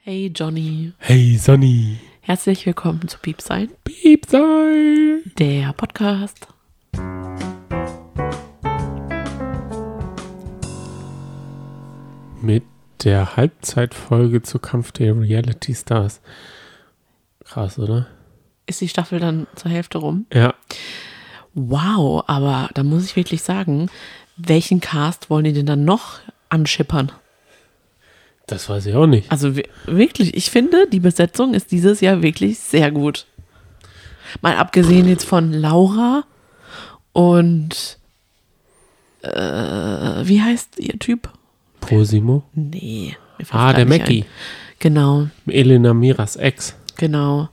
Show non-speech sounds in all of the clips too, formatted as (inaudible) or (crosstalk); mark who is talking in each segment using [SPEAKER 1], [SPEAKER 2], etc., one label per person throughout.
[SPEAKER 1] Hey Johnny,
[SPEAKER 2] Hey Sonny,
[SPEAKER 1] herzlich willkommen zu Piepsein,
[SPEAKER 2] Piep sei.
[SPEAKER 1] der Podcast.
[SPEAKER 2] Mit der Halbzeitfolge zu Kampf der Reality Stars. Krass, oder?
[SPEAKER 1] Ist die Staffel dann zur Hälfte rum?
[SPEAKER 2] Ja,
[SPEAKER 1] Wow, aber da muss ich wirklich sagen, welchen Cast wollen die denn dann noch anschippern?
[SPEAKER 2] das weiß ich auch nicht.
[SPEAKER 1] Also wi- wirklich, ich finde, die Besetzung ist dieses Jahr wirklich sehr gut. Mal abgesehen jetzt von Laura und äh, wie heißt ihr Typ?
[SPEAKER 2] Prosimo.
[SPEAKER 1] Nee. mir fällt's
[SPEAKER 2] Ah,
[SPEAKER 1] grad
[SPEAKER 2] der
[SPEAKER 1] nicht
[SPEAKER 2] Mackie.
[SPEAKER 1] Ein. Genau,
[SPEAKER 2] Elena Miras Ex.
[SPEAKER 1] genau.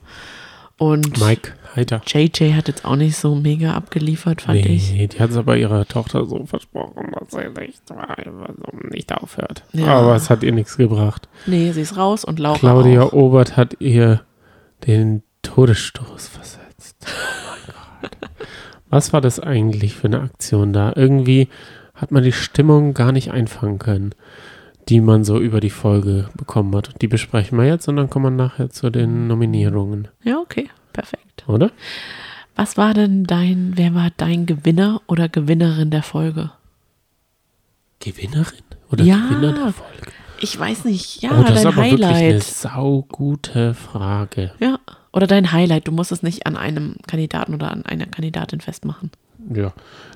[SPEAKER 1] Und
[SPEAKER 2] Mike Heiter.
[SPEAKER 1] JJ hat jetzt auch nicht so mega abgeliefert, fand ich.
[SPEAKER 2] Nee, die hat es aber ihrer Tochter so versprochen, dass sie nicht, nicht aufhört.
[SPEAKER 1] Ja.
[SPEAKER 2] Aber es hat ihr nichts gebracht.
[SPEAKER 1] Nee, sie ist raus und Laura
[SPEAKER 2] Claudia
[SPEAKER 1] auch.
[SPEAKER 2] Obert hat ihr den Todesstoß versetzt.
[SPEAKER 1] (laughs)
[SPEAKER 2] Oh mein Gott. Was war das eigentlich für eine Aktion da? Irgendwie hat man die Stimmung gar nicht einfangen können, die man so über die Folge bekommen hat. Und Die besprechen wir jetzt und dann kommen wir nachher zu
[SPEAKER 1] Mhm.
[SPEAKER 2] den Nominierungen,
[SPEAKER 1] Ja, okay, perfekt.
[SPEAKER 2] oder?
[SPEAKER 1] Was war denn dein, wer war dein Gewinner oder Gewinnerin der Folge?
[SPEAKER 2] Gewinnerin? Oder
[SPEAKER 1] Ja.
[SPEAKER 2] Gewinner der Folge?
[SPEAKER 1] Ich weiß nicht, ja,
[SPEAKER 2] oh, das ist
[SPEAKER 1] dein
[SPEAKER 2] aber wirklich eine
[SPEAKER 1] Highlight.
[SPEAKER 2] saugute Frage.
[SPEAKER 1] Ja, oder dein Highlight. Du musst es nicht an einem Kandidaten oder an einer Kandidatin festmachen.
[SPEAKER 2] Ja,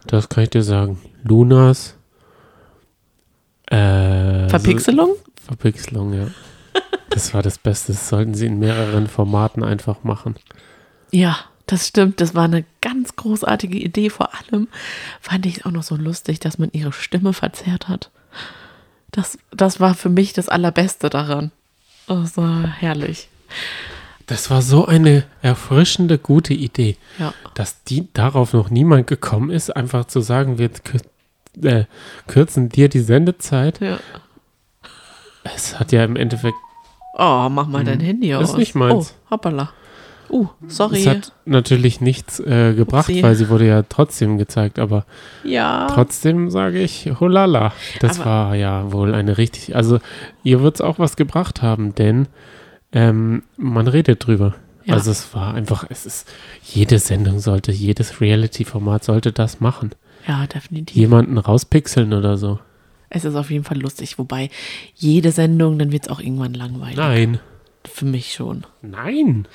[SPEAKER 2] das kann ich dir sagen. Lunas äh,
[SPEAKER 1] Verpixelung?
[SPEAKER 2] Verpixelung, ja. Das war das Beste. Das sollten sie in mehreren Formaten einfach machen.
[SPEAKER 1] Ja, das stimmt. Das war eine ganz großartige Idee. Vor allem fand ich es auch noch so lustig, dass man ihre Stimme verzerrt hat. Das, das war für mich das Allerbeste daran. Das war herrlich.
[SPEAKER 2] Das war so eine erfrischende, gute Idee,
[SPEAKER 1] Ja.
[SPEAKER 2] dass die darauf noch niemand gekommen ist, einfach zu sagen, wir kür äh, kürzen dir die Sendezeit.
[SPEAKER 1] ja.
[SPEAKER 2] Es hat ja im Endeffekt,
[SPEAKER 1] Oh, mach mal dein Handy aus.
[SPEAKER 2] Mhm. Ist nicht meins.
[SPEAKER 1] Oh, hoppala. Uh, sorry.
[SPEAKER 2] es hat natürlich nichts äh, gebracht,
[SPEAKER 1] Upsi.
[SPEAKER 2] weil sie wurde ja trotzdem gezeigt, aber
[SPEAKER 1] ja.
[SPEAKER 2] Trotzdem sage ich, holala.
[SPEAKER 1] Ah.
[SPEAKER 2] Das
[SPEAKER 1] Aber-
[SPEAKER 2] war ja wohl eine richtig. Also, ihr wird es auch was gebracht haben, denn ähm, man redet drüber.
[SPEAKER 1] Ja.
[SPEAKER 2] Also, es war einfach, es ist, jede Sendung sollte, jedes Reality-Format sollte das machen.
[SPEAKER 1] ja, definitiv.
[SPEAKER 2] Jemanden rauspixeln oder so.
[SPEAKER 1] Es ist auf jeden Fall lustig, wobei jede Sendung, dann wird es auch irgendwann langweilig.
[SPEAKER 2] Nein.
[SPEAKER 1] Für mich schon.
[SPEAKER 2] Nein.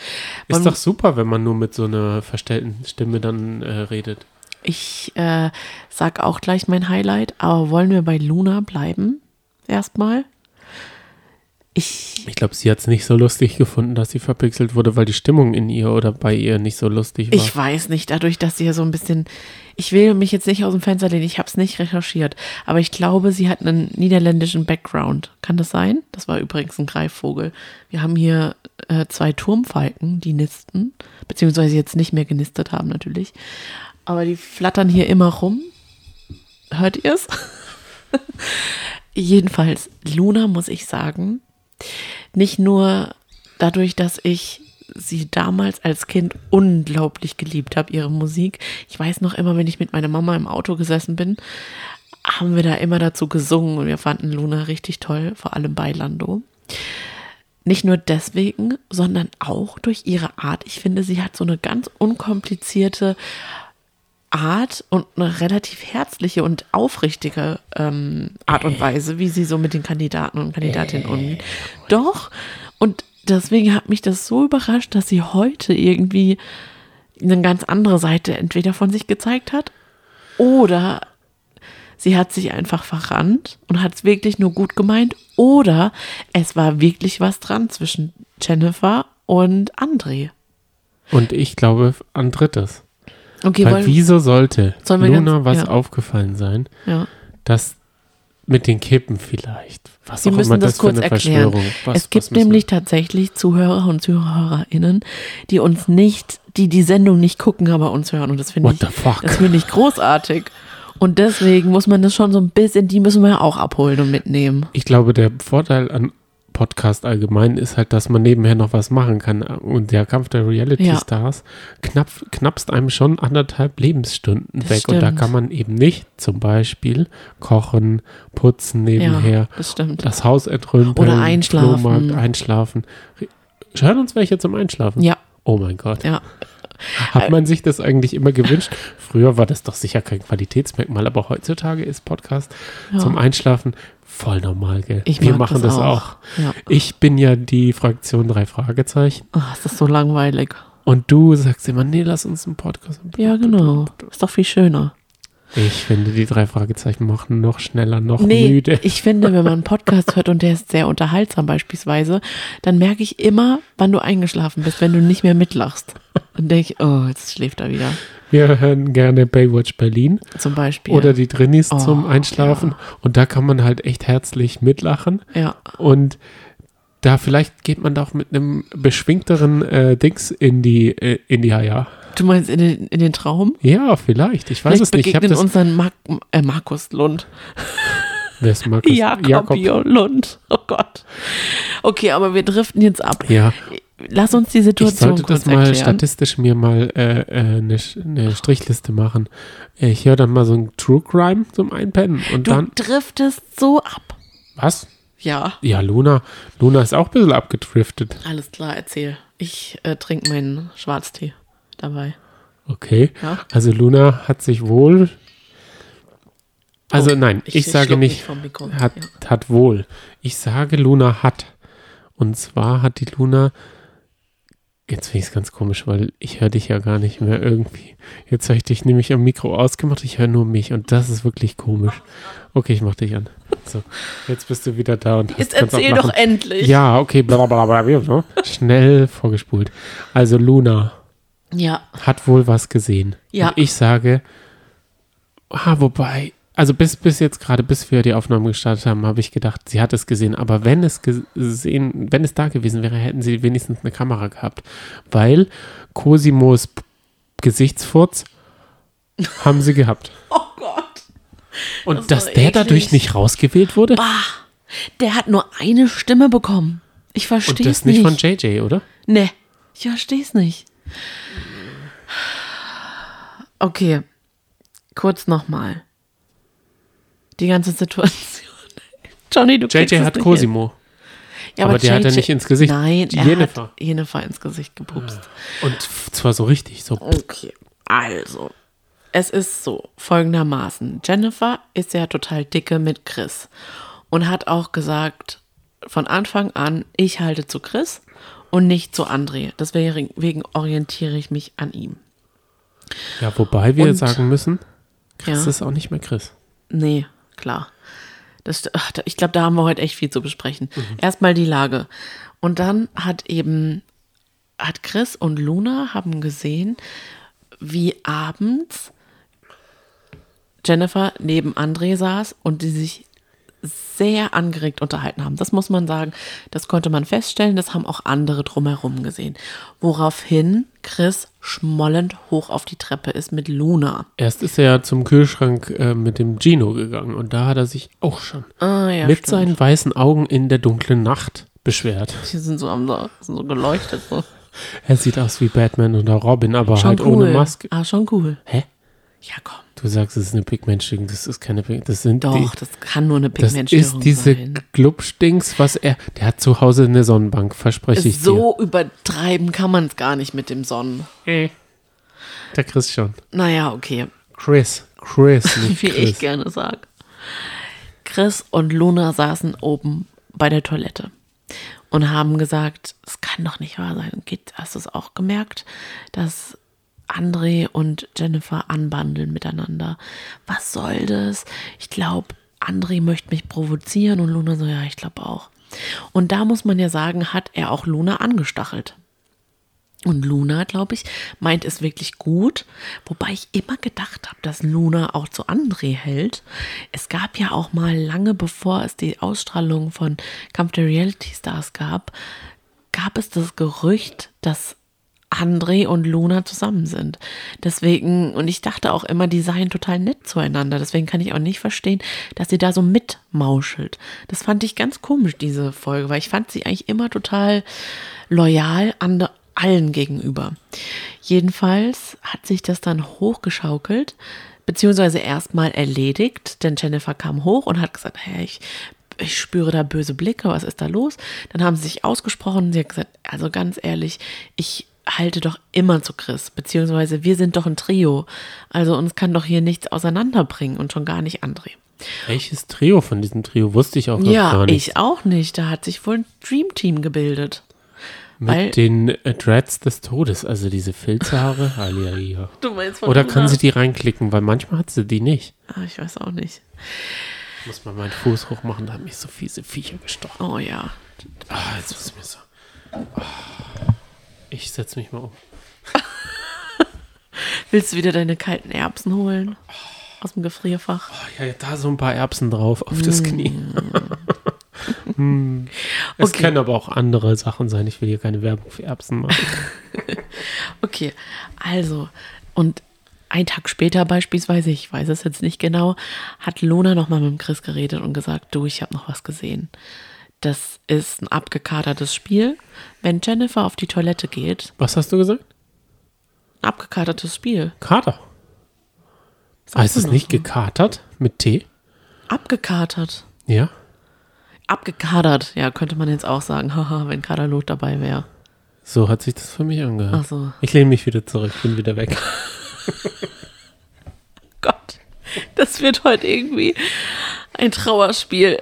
[SPEAKER 2] Ist
[SPEAKER 1] Man-
[SPEAKER 2] doch super, wenn man nur mit so einer verstellten Stimme dann äh, redet.
[SPEAKER 1] Ich äh, sag auch gleich mein Highlight, aber wollen wir bei Luna bleiben? Erstmal. Ich.
[SPEAKER 2] Ich glaube, sie hat es nicht so lustig gefunden, dass sie verpixelt wurde, weil die Stimmung in ihr oder bei ihr nicht so lustig war.
[SPEAKER 1] Ich weiß nicht, dadurch, dass sie ja so ein bisschen. Ich will mich jetzt nicht aus dem Fenster lehnen, ich habe es nicht recherchiert. Aber ich glaube, sie hat einen niederländischen Background. Kann das sein? Das war übrigens ein Greifvogel. Wir haben hier äh, zwei Turmfalken, die nisten, beziehungsweise jetzt nicht mehr genistet haben natürlich. Aber die flattern hier immer rum. Hört ihr es? (laughs) Jedenfalls, Luna muss ich sagen, nicht nur dadurch, dass ich sie damals als Kind unglaublich geliebt habe, ihre Musik. Ich weiß noch immer, wenn ich mit meiner Mama im Auto gesessen bin, haben wir da immer dazu gesungen und wir fanden Luna richtig toll, vor allem bei Lando. Nicht nur deswegen, sondern auch durch ihre Art. Ich finde, sie hat so eine ganz unkomplizierte Art und eine relativ herzliche und aufrichtige ähm, Art und Weise, wie sie so mit den Kandidaten und Kandidatinnen umgeht. Doch, und deswegen hat mich das so überrascht, dass sie heute irgendwie eine ganz andere Seite entweder von sich gezeigt hat oder sie hat sich einfach verrannt und hat es wirklich nur gut gemeint oder es war wirklich was dran zwischen Jennifer und André.
[SPEAKER 2] Und ich glaube an drittes.
[SPEAKER 1] Okay,
[SPEAKER 2] Weil Halt, wieso sollte
[SPEAKER 1] Sollen wir
[SPEAKER 2] Luna
[SPEAKER 1] ganz-
[SPEAKER 2] was
[SPEAKER 1] ja.
[SPEAKER 2] aufgefallen sein,
[SPEAKER 1] ja.
[SPEAKER 2] dass mit den Kippen vielleicht, was
[SPEAKER 1] Sie
[SPEAKER 2] auch
[SPEAKER 1] müssen
[SPEAKER 2] immer
[SPEAKER 1] das
[SPEAKER 2] das,
[SPEAKER 1] kurz
[SPEAKER 2] für eine
[SPEAKER 1] erklären.
[SPEAKER 2] Verschwörung. Was,
[SPEAKER 1] es gibt
[SPEAKER 2] was müssen wir-
[SPEAKER 1] nämlich tatsächlich Zuhörer und Zuhörerinnen, die uns nicht, die die Sendung nicht gucken, aber uns hören. Und das finde
[SPEAKER 2] What
[SPEAKER 1] ich,
[SPEAKER 2] the fuck?
[SPEAKER 1] das finde ich großartig. Und deswegen muss man das schon so ein bisschen, die müssen wir ja auch abholen und mitnehmen.
[SPEAKER 2] Ich glaube, der Vorteil an Podcast allgemein ist halt, dass man nebenher noch was machen kann. Und der Kampf der Reality
[SPEAKER 1] Ja.
[SPEAKER 2] Stars knapp, knappst einem schon anderthalb Lebensstunden
[SPEAKER 1] Das
[SPEAKER 2] weg. Und da
[SPEAKER 1] stimmt.
[SPEAKER 2] kann man eben nicht zum Beispiel kochen, putzen nebenher,
[SPEAKER 1] Ja, das stimmt.
[SPEAKER 2] das Haus entrümpeln,
[SPEAKER 1] Oder einschlafen.
[SPEAKER 2] Flohmarkt einschlafen. Re- Hören uns welche zum Einschlafen?
[SPEAKER 1] Ja,
[SPEAKER 2] Oh mein Gott.
[SPEAKER 1] ja.
[SPEAKER 2] Hat man sich das eigentlich immer gewünscht? Früher war das doch sicher kein Qualitätsmerkmal, aber heutzutage ist Podcast
[SPEAKER 1] Ja.
[SPEAKER 2] zum Einschlafen voll normal, gell?
[SPEAKER 1] Ich
[SPEAKER 2] Wir
[SPEAKER 1] mag
[SPEAKER 2] machen
[SPEAKER 1] das
[SPEAKER 2] das
[SPEAKER 1] auch.
[SPEAKER 2] auch.
[SPEAKER 1] Ja.
[SPEAKER 2] Ich bin ja die Fraktion drei Fragezeichen
[SPEAKER 1] Oh, ist das so langweilig.
[SPEAKER 2] und du sagst immer, nee, lass uns einen Podcast. machen.
[SPEAKER 1] Ja, genau. Ist doch viel schöner.
[SPEAKER 2] Ich finde, die drei Fragezeichen machen noch schneller, noch
[SPEAKER 1] Nee,
[SPEAKER 2] müde.
[SPEAKER 1] ich finde, wenn man einen Podcast hört und der ist sehr unterhaltsam beispielsweise, dann merke ich immer, wann du eingeschlafen bist, wenn du nicht mehr mitlachst. Dann denke ich, oh, jetzt schläft er wieder.
[SPEAKER 2] Wir hören gerne Baywatch Berlin
[SPEAKER 1] Zum Beispiel.
[SPEAKER 2] oder die Drinnis
[SPEAKER 1] Oh,
[SPEAKER 2] zum Einschlafen und da kann man halt echt herzlich mitlachen.
[SPEAKER 1] ja.
[SPEAKER 2] Und da vielleicht geht man da auch mit einem beschwingteren äh, Dings in die, äh, in die Haja.
[SPEAKER 1] Du meinst in den, in den Traum?
[SPEAKER 2] Ja, vielleicht. Ich weiß
[SPEAKER 1] Vielleicht
[SPEAKER 2] es nicht. Ich hab
[SPEAKER 1] begegnen
[SPEAKER 2] das,
[SPEAKER 1] uns dann Mar äh, Markus Lund.
[SPEAKER 2] wer ist Markus?
[SPEAKER 1] Jakob, Jo Lund. Oh Gott. Okay, aber wir driften jetzt ab.
[SPEAKER 2] Ja,
[SPEAKER 1] Lass uns die
[SPEAKER 2] ich
[SPEAKER 1] Situation
[SPEAKER 2] sollte
[SPEAKER 1] kurz
[SPEAKER 2] das mal
[SPEAKER 1] erklären.
[SPEAKER 2] statistisch mir mal äh, äh, eine, Sch- eine Strichliste machen. Ich höre dann mal so ein True Crime zum Einpennen und
[SPEAKER 1] Du
[SPEAKER 2] dann.
[SPEAKER 1] driftest so ab.
[SPEAKER 2] Was?
[SPEAKER 1] Ja.
[SPEAKER 2] Ja, Luna. Luna ist auch ein bisschen abgedriftet.
[SPEAKER 1] Alles klar, erzähl. Ich äh, trinke meinen Schwarztee dabei.
[SPEAKER 2] Okay.
[SPEAKER 1] Ja.
[SPEAKER 2] Also Luna hat sich wohl. Also
[SPEAKER 1] Oh,
[SPEAKER 2] nein, ich, sage
[SPEAKER 1] schluck
[SPEAKER 2] nicht,
[SPEAKER 1] Vom Mikro.
[SPEAKER 2] Hat,
[SPEAKER 1] ja.
[SPEAKER 2] hat wohl. Ich sage, Luna hat. Und zwar hat die Luna. Jetzt finde ich es ganz komisch, weil ich höre dich ja gar nicht mehr irgendwie. Jetzt habe ich dich nämlich am Mikro ausgemacht. Ich höre nur mich und das ist wirklich komisch. Okay, ich mache dich an. So, jetzt bist du wieder da und hast
[SPEAKER 1] Jetzt
[SPEAKER 2] kannst
[SPEAKER 1] erzähl
[SPEAKER 2] abmachen.
[SPEAKER 1] doch endlich.
[SPEAKER 2] Ja, okay, blablabla.
[SPEAKER 1] (laughs)
[SPEAKER 2] Schnell vorgespult. Also Luna
[SPEAKER 1] ja.
[SPEAKER 2] hat wohl was gesehen.
[SPEAKER 1] Ja.
[SPEAKER 2] Und ich sage, ah, wobei, also bis, bis jetzt gerade, bis wir die Aufnahmen gestartet haben, habe ich gedacht, sie hat es gesehen. Aber wenn es gesehen, wenn es da gewesen wäre, hätten sie wenigstens eine Kamera gehabt. Weil Cosimos P-
[SPEAKER 1] (laughs)
[SPEAKER 2] Gesichtsfurz haben sie gehabt.
[SPEAKER 1] Oh Gott.
[SPEAKER 2] Und
[SPEAKER 1] Das ist
[SPEAKER 2] dass
[SPEAKER 1] doch
[SPEAKER 2] der dadurch
[SPEAKER 1] eklig.
[SPEAKER 2] nicht rausgewählt wurde
[SPEAKER 1] Der hat nur eine Stimme bekommen. Ich verstehe
[SPEAKER 2] und
[SPEAKER 1] es
[SPEAKER 2] das
[SPEAKER 1] nicht.
[SPEAKER 2] nicht von JJ, oder?
[SPEAKER 1] Nee, ich verstehe es nicht. Okay, kurz nochmal. Die ganze Situation. (laughs) Johnny, du kriegst
[SPEAKER 2] JJ
[SPEAKER 1] es
[SPEAKER 2] hat
[SPEAKER 1] nicht
[SPEAKER 2] Cosimo.
[SPEAKER 1] hin.
[SPEAKER 2] aber der hat er nicht ins Gesicht.
[SPEAKER 1] Nein, er
[SPEAKER 2] Jennifer.
[SPEAKER 1] hat Jennifer ins Gesicht gepupst.
[SPEAKER 2] Und f- zwar so richtig, so
[SPEAKER 1] Okay, also. Es ist so, folgendermaßen. Jennifer ist ja total dicke mit Chris und hat auch gesagt, von Anfang an, ich halte zu Chris und nicht zu André. Deswegen orientiere ich mich an ihm.
[SPEAKER 2] Ja, wobei wir
[SPEAKER 1] Und-
[SPEAKER 2] sagen müssen, Chris
[SPEAKER 1] Ja.
[SPEAKER 2] ist auch nicht mehr Chris.
[SPEAKER 1] Nee, klar. Das, st- ach, da- ich glaube, da haben wir heute echt viel zu besprechen. Erstmal die Lage. Und dann hat eben, hat Chris und Luna haben gesehen, wie abends Jennifer neben André saß und die sich sehr angeregt unterhalten haben. Das muss man sagen. Das konnte man feststellen. Das haben auch andere drumherum gesehen. Woraufhin Chris schmollend hoch auf die Treppe ist mit Luna.
[SPEAKER 2] Erst ist er ja zum Kühlschrank äh, mit dem Gino gegangen und da hat er sich auch schon
[SPEAKER 1] Ah, ja,
[SPEAKER 2] mit
[SPEAKER 1] stimmt.
[SPEAKER 2] seinen weißen Augen in der dunklen Nacht beschwert.
[SPEAKER 1] Die sind so, am, so- sind so geleuchtet. So.
[SPEAKER 2] Er sieht aus wie Batman oder Robin, aber halt ohne Maske.
[SPEAKER 1] Ah, schon cool.
[SPEAKER 2] Hä?
[SPEAKER 1] Ja, komm.
[SPEAKER 2] Du sagst, es ist eine Pigmentstörung. Das ist keine Pigment. Das sind die,
[SPEAKER 1] Doch, das kann nur eine
[SPEAKER 2] das
[SPEAKER 1] Pigmentstörung
[SPEAKER 2] ist diese
[SPEAKER 1] sein.
[SPEAKER 2] Glubstings, was er. Der hat zu Hause eine Sonnenbank, verspreche ich dir.
[SPEAKER 1] So übertreiben kann man es gar nicht mit dem Sonnen.
[SPEAKER 2] Äh. Der Chris schon.
[SPEAKER 1] Naja, okay.
[SPEAKER 2] Chris,
[SPEAKER 1] (laughs)
[SPEAKER 2] Chris, nicht
[SPEAKER 1] Wie ich
[SPEAKER 2] Chris.
[SPEAKER 1] gerne sag. Chris und Luna saßen oben bei der Toilette und haben gesagt, es kann doch nicht wahr sein. Und Geht, hast du es auch gemerkt, dass André und Jennifer anbandeln miteinander? Was soll das? Ich glaube, André möchte mich provozieren und Luna so, ja, ich glaube auch. Und da muss man ja sagen, hat er auch Luna angestachelt. Und Luna, glaube ich, meint es wirklich gut. Wobei ich immer gedacht habe, dass Luna auch zu André hält. Es gab ja auch mal lange bevor es die Ausstrahlung von Kampf der Reality Stars gab, gab es das Gerücht, dass André und Luna zusammen sind. Deswegen, und ich dachte auch immer, die seien total nett zueinander. Deswegen kann ich auch nicht verstehen, dass sie da so mitmauschelt. Das fand ich ganz komisch, diese Folge, weil ich fand sie eigentlich immer total loyal an allen gegenüber. Jedenfalls hat sich das dann hochgeschaukelt, beziehungsweise erstmal erledigt, denn Jennifer kam hoch und hat gesagt, hey, ich ich spüre da böse Blicke, was ist da los? Dann haben sie sich ausgesprochen, sie hat gesagt, also ganz ehrlich, ich halte doch immer zu Chris, beziehungsweise wir sind doch ein Trio, also uns kann doch hier nichts auseinanderbringen und schon gar nicht André.
[SPEAKER 2] Welches Trio von diesem Trio wusste ich auch noch
[SPEAKER 1] Ja,
[SPEAKER 2] gar nicht.
[SPEAKER 1] ich auch nicht, da hat sich wohl ein Dream Team gebildet. weil-
[SPEAKER 2] Mit den äh, Dreads des Todes, also
[SPEAKER 1] (laughs)
[SPEAKER 2] diese Filzhaare. Hallihallia.
[SPEAKER 1] Du meinst von
[SPEAKER 2] Oder
[SPEAKER 1] Luna?
[SPEAKER 2] kann sie die reinklicken, weil manchmal hat sie die nicht.
[SPEAKER 1] Ah, ich weiß auch nicht.
[SPEAKER 2] Muss mal meinen Fuß hochmachen, da haben mich so fiese Viecher gestochen.
[SPEAKER 1] Oh ja.
[SPEAKER 2] Ah, jetzt ist mir so. Ah. Ich setze mich mal um.
[SPEAKER 1] Willst du wieder deine kalten Erbsen holen? Aus dem Gefrierfach?
[SPEAKER 2] Oh, ja, da so ein paar Erbsen drauf auf das
[SPEAKER 1] Mm.
[SPEAKER 2] Knie.
[SPEAKER 1] (laughs)
[SPEAKER 2] Hm. Es
[SPEAKER 1] Okay.
[SPEAKER 2] können aber auch andere Sachen sein. Ich will hier keine Werbung für Erbsen machen.
[SPEAKER 1] (laughs) Okay, also, und einen Tag später beispielsweise, ich weiß es jetzt nicht genau, hat Lona nochmal mit dem Chris geredet und gesagt, du, ich habe noch was gesehen. Das ist ein abgekatertes Spiel. Wenn Jennifer auf die Toilette geht,
[SPEAKER 2] Was hast du gesagt?
[SPEAKER 1] ein abgekatertes Spiel.
[SPEAKER 2] Kater.
[SPEAKER 1] Sagst
[SPEAKER 2] Heißt
[SPEAKER 1] du
[SPEAKER 2] es
[SPEAKER 1] noch
[SPEAKER 2] nicht
[SPEAKER 1] so?
[SPEAKER 2] gekatert mit T?
[SPEAKER 1] Abgekatert.
[SPEAKER 2] Ja.
[SPEAKER 1] Abgekadert, ja, könnte man jetzt auch sagen, (laughs) haha, wenn Kaderlot dabei wäre.
[SPEAKER 2] So hat sich das für mich angehört.
[SPEAKER 1] Ach so.
[SPEAKER 2] Ich lehne mich wieder zurück, bin wieder weg.
[SPEAKER 1] Gott, das wird heute irgendwie ein Trauerspiel.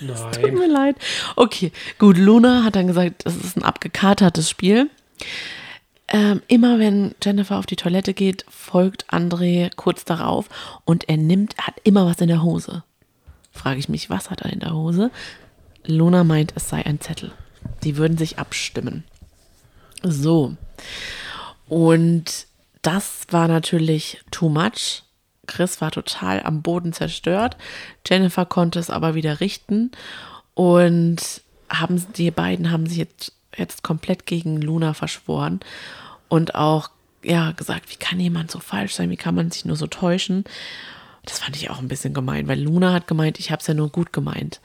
[SPEAKER 1] Tut
[SPEAKER 2] Nein.
[SPEAKER 1] mir leid. Okay, gut. Luna hat dann gesagt, das ist ein abgekatertes Spiel. Ähm, immer wenn Jennifer auf die Toilette geht, folgt André kurz darauf und er nimmt, er hat immer was in der Hose. Frage ich mich, was hat er in der Hose? Luna meint, es sei ein Zettel. Die würden sich abstimmen. So. Und das war natürlich too much. Chris war total am Boden zerstört. Jennifer konnte es aber wieder richten. Und haben, sie- die beiden haben sich jetzt, jetzt komplett gegen Luna verschworen und auch ja, gesagt, wie kann jemand so falsch sein, wie kann man sich nur so täuschen. Das fand ich auch ein bisschen gemein, weil Luna hat gemeint, ich habe es ja nur gut gemeint.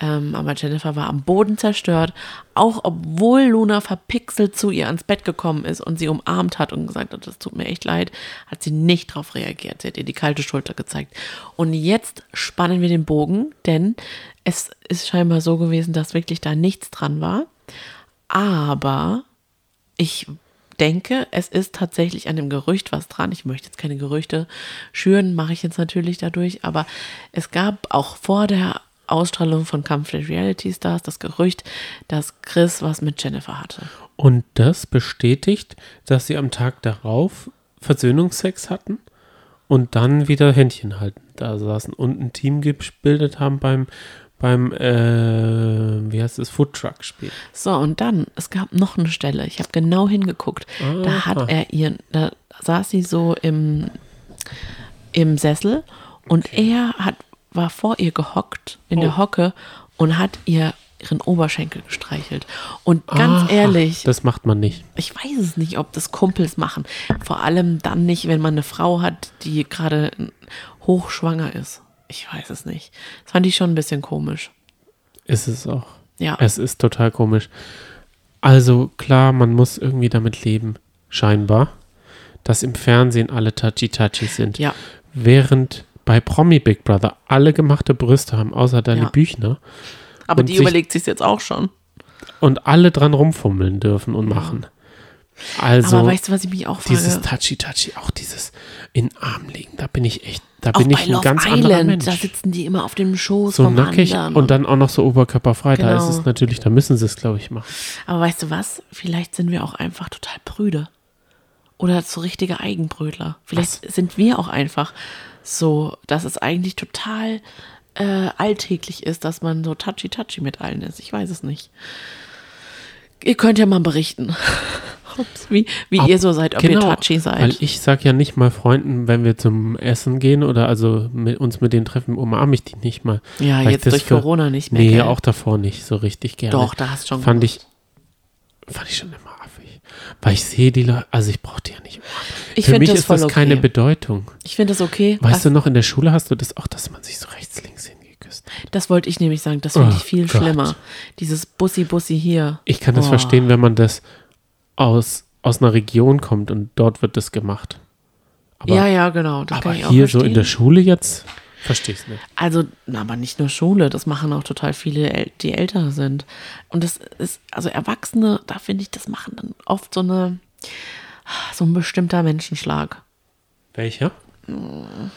[SPEAKER 1] Ähm, aber Jennifer war am Boden zerstört, auch obwohl Luna verpixelt zu ihr ans Bett gekommen ist und sie umarmt hat und gesagt hat, das tut mir echt leid, hat sie nicht darauf reagiert. Sie hat ihr die kalte Schulter gezeigt. Und jetzt spannen wir den Bogen, denn es ist scheinbar so gewesen, dass wirklich da nichts dran war. Aber ich denke, es ist tatsächlich an dem Gerücht was dran. Ich möchte jetzt keine Gerüchte schüren, mache ich jetzt natürlich dadurch, aber es gab auch vor der Ausstrahlung von Kampf der Reality Stars das Gerücht, dass Chris was mit Jennifer hatte.
[SPEAKER 2] Und das bestätigt, dass sie am Tag darauf Versöhnungsex hatten und dann wieder Händchen halten. Da saßen und ein Team gebildet haben beim, beim äh, wie heißt es, Foodtruck-Spiel.
[SPEAKER 1] So, und dann, es gab noch eine Stelle, ich habe genau hingeguckt. Da hat er ihren, da saß sie so im, im Sessel und er hat, war vor ihr gehockt, in
[SPEAKER 2] Oh.
[SPEAKER 1] der Hocke und hat ihr ihren Oberschenkel gestreichelt. Und ganz
[SPEAKER 2] Aha,
[SPEAKER 1] ehrlich,
[SPEAKER 2] Ah, Das macht man nicht.
[SPEAKER 1] ich weiß es nicht, ob das Kumpels machen. Vor allem dann nicht, wenn man eine Frau hat, die gerade hochschwanger ist. Ich weiß es nicht. Das fand ich schon ein bisschen komisch.
[SPEAKER 2] Ist es auch.
[SPEAKER 1] Ja.
[SPEAKER 2] Es ist total komisch. Also klar, man muss irgendwie damit leben, scheinbar, dass im Fernsehen alle touchy-touchy sind.
[SPEAKER 1] Ja,
[SPEAKER 2] Während bei Promi Big Brother alle gemachte Brüste haben, außer Dani
[SPEAKER 1] Ja.
[SPEAKER 2] Büchner,
[SPEAKER 1] aber
[SPEAKER 2] Und
[SPEAKER 1] die
[SPEAKER 2] sich-
[SPEAKER 1] überlegt sich jetzt auch schon.
[SPEAKER 2] und alle dran rumfummeln dürfen und machen. Also
[SPEAKER 1] aber weißt du, was ich mich auch frage?
[SPEAKER 2] dieses touchy-touchy, auch dieses in den Arm liegen, da bin ich echt, da
[SPEAKER 1] auch
[SPEAKER 2] bin
[SPEAKER 1] bei
[SPEAKER 2] ich ein
[SPEAKER 1] Love
[SPEAKER 2] ganz anderer
[SPEAKER 1] Island,
[SPEAKER 2] Mensch.
[SPEAKER 1] da sitzen die immer auf dem Schoß
[SPEAKER 2] so
[SPEAKER 1] vom
[SPEAKER 2] nackig
[SPEAKER 1] anderen.
[SPEAKER 2] und dann auch noch so oberkörperfrei, da ist es
[SPEAKER 1] Genau.
[SPEAKER 2] natürlich, da müssen sie es, glaube ich, machen.
[SPEAKER 1] aber weißt du was? Vielleicht sind wir auch einfach total prüde. Oder so richtige Eigenbrötler. Vielleicht sind wir auch einfach so, dass es eigentlich total äh, alltäglich ist, dass man so touchy-touchy mit allen ist. Ich weiß es nicht. Ihr könnt ja mal berichten, (laughs) ob's- wie, wie ihr so seid, ob ihr touchy seid.
[SPEAKER 2] genau, Weil ich sag ja nicht mal Freunden, wenn wir zum Essen gehen oder also mit uns mit denen treffen, umarme ich die nicht mal.
[SPEAKER 1] ja,
[SPEAKER 2] Weil ich
[SPEAKER 1] jetzt
[SPEAKER 2] das
[SPEAKER 1] durch
[SPEAKER 2] für-
[SPEAKER 1] Corona nicht mehr.
[SPEAKER 2] Nee,
[SPEAKER 1] gell?
[SPEAKER 2] auch davor nicht so richtig gerne.
[SPEAKER 1] Doch, da hast du schon
[SPEAKER 2] Fand ich Fand ich schon immer affig. Weil ich sehe die Leute, also ich brauche die ja nicht.
[SPEAKER 1] Ich
[SPEAKER 2] Für
[SPEAKER 1] finde
[SPEAKER 2] mich
[SPEAKER 1] das
[SPEAKER 2] ist
[SPEAKER 1] voll
[SPEAKER 2] das
[SPEAKER 1] okay.
[SPEAKER 2] keine Bedeutung.
[SPEAKER 1] ich finde das okay.
[SPEAKER 2] Weißt
[SPEAKER 1] Ach,
[SPEAKER 2] du noch, in der Schule hast du das auch, dass man sich so rechts, links hingeküsst hat.
[SPEAKER 1] das wollte ich nämlich sagen. Das finde
[SPEAKER 2] Oh
[SPEAKER 1] ich viel
[SPEAKER 2] Gott.
[SPEAKER 1] schlimmer. Dieses Bussi Bussi hier.
[SPEAKER 2] Ich kann das
[SPEAKER 1] Oh.
[SPEAKER 2] verstehen, wenn man das aus, aus einer Region kommt und dort wird das gemacht. Aber,
[SPEAKER 1] ja, ja, genau. Das
[SPEAKER 2] aber
[SPEAKER 1] kann ich auch
[SPEAKER 2] hier so in der
[SPEAKER 1] verstehen.
[SPEAKER 2] Schule jetzt, verstehe ich es nicht.
[SPEAKER 1] Also, na, aber nicht nur Schule, das machen auch total viele, äl- die älter sind. Und das ist, also Erwachsene, da finde ich, das machen dann oft so eine, so ein bestimmter Menschenschlag.
[SPEAKER 2] Welcher?
[SPEAKER 1] So ein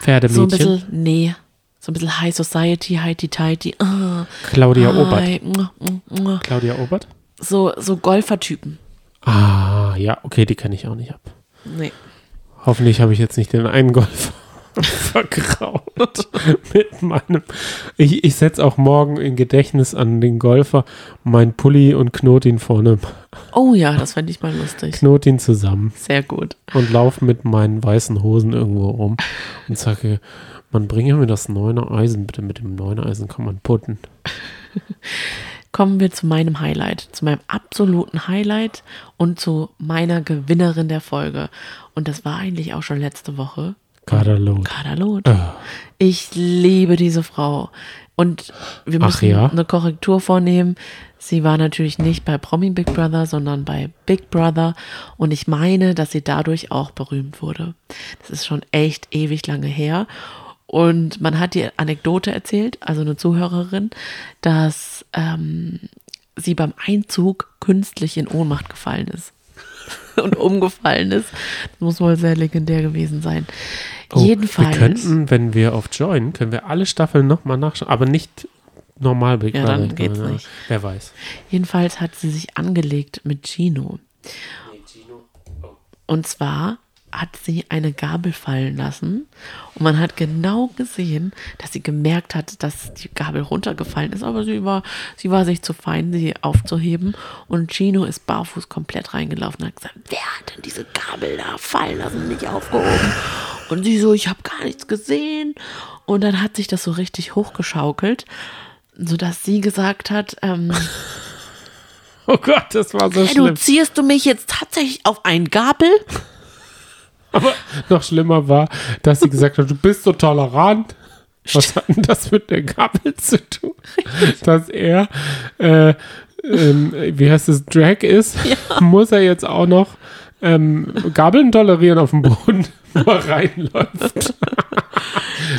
[SPEAKER 2] Pferdemädchen.
[SPEAKER 1] bisschen, nee, so ein bisschen High Society, Heidi-Tighty. ah,
[SPEAKER 2] Claudia Obert.
[SPEAKER 1] hi, mua, mua, mua.
[SPEAKER 2] Claudia Obert?
[SPEAKER 1] So, so Golfertypen.
[SPEAKER 2] Ah, ja, okay, die kann ich auch nicht ab.
[SPEAKER 1] Nee.
[SPEAKER 2] Hoffentlich habe ich jetzt nicht den einen Golf (laughs) vergraut (laughs) mit meinem. Ich, ich setze auch morgen in Gedächtnis an den Golfer mein Pulli und knot ihn vorne,
[SPEAKER 1] Oh ja, das fände ich mal lustig.
[SPEAKER 2] knot ihn zusammen
[SPEAKER 1] Sehr gut.
[SPEAKER 2] und laufe mit meinen weißen Hosen irgendwo rum und sage, man bringe mir das neuner Eisen, bitte mit dem neuner Eisen kann man putten.
[SPEAKER 1] Kommen wir zu meinem Highlight, zu meinem absoluten Highlight und zu meiner Gewinnerin der Folge. Und das war eigentlich auch schon letzte Woche.
[SPEAKER 2] Kaderlot.
[SPEAKER 1] Kadalot.
[SPEAKER 2] Ah.
[SPEAKER 1] Ich liebe diese Frau. Und wir
[SPEAKER 2] Ach
[SPEAKER 1] müssen
[SPEAKER 2] ja?
[SPEAKER 1] eine Korrektur vornehmen. Sie war natürlich nicht bei Promi Big Brother, sondern bei Big Brother. Und ich meine, dass sie dadurch auch berühmt wurde. Das ist schon echt ewig lange her. Und man hat die Anekdote erzählt, also eine Zuhörerin, dass ähm, sie beim Einzug künstlich in Ohnmacht gefallen ist (laughs) und umgefallen ist. Das muss wohl sehr legendär gewesen sein.
[SPEAKER 2] Oh,
[SPEAKER 1] Jedenfalls.
[SPEAKER 2] Wir könnten, wenn wir auf Join, können wir alle Staffeln nochmal nachschauen, aber nicht normal Big
[SPEAKER 1] Ja,
[SPEAKER 2] Brother. ne?
[SPEAKER 1] dann geht's nicht.
[SPEAKER 2] Wer weiß.
[SPEAKER 1] Jedenfalls hat sie sich angelegt mit Gino. Und zwar hat sie eine Gabel fallen lassen und man hat genau gesehen, dass sie gemerkt hat, dass die Gabel runtergefallen ist, aber sie war, sie war sich zu fein, sie aufzuheben und Gino ist barfuß komplett reingelaufen und hat gesagt, wer hat denn diese Gabel da fallen lassen, und nicht aufgehoben? Und sie so, ich habe gar nichts gesehen und dann hat sich das so richtig hochgeschaukelt, sodass sie gesagt hat, ähm,
[SPEAKER 2] Oh Gott, das war so schlimm.
[SPEAKER 1] reduzierst du mich jetzt tatsächlich auf ein Gabel?
[SPEAKER 2] Aber noch schlimmer war, dass sie gesagt hat, du bist so tolerant. Was hat denn das mit der Gabel zu tun? Dass er, äh, ähm, wie heißt es, Drag ist, muss er jetzt auch noch ähm, Gabeln tolerieren auf dem Boden, wo er reinläuft. (laughs)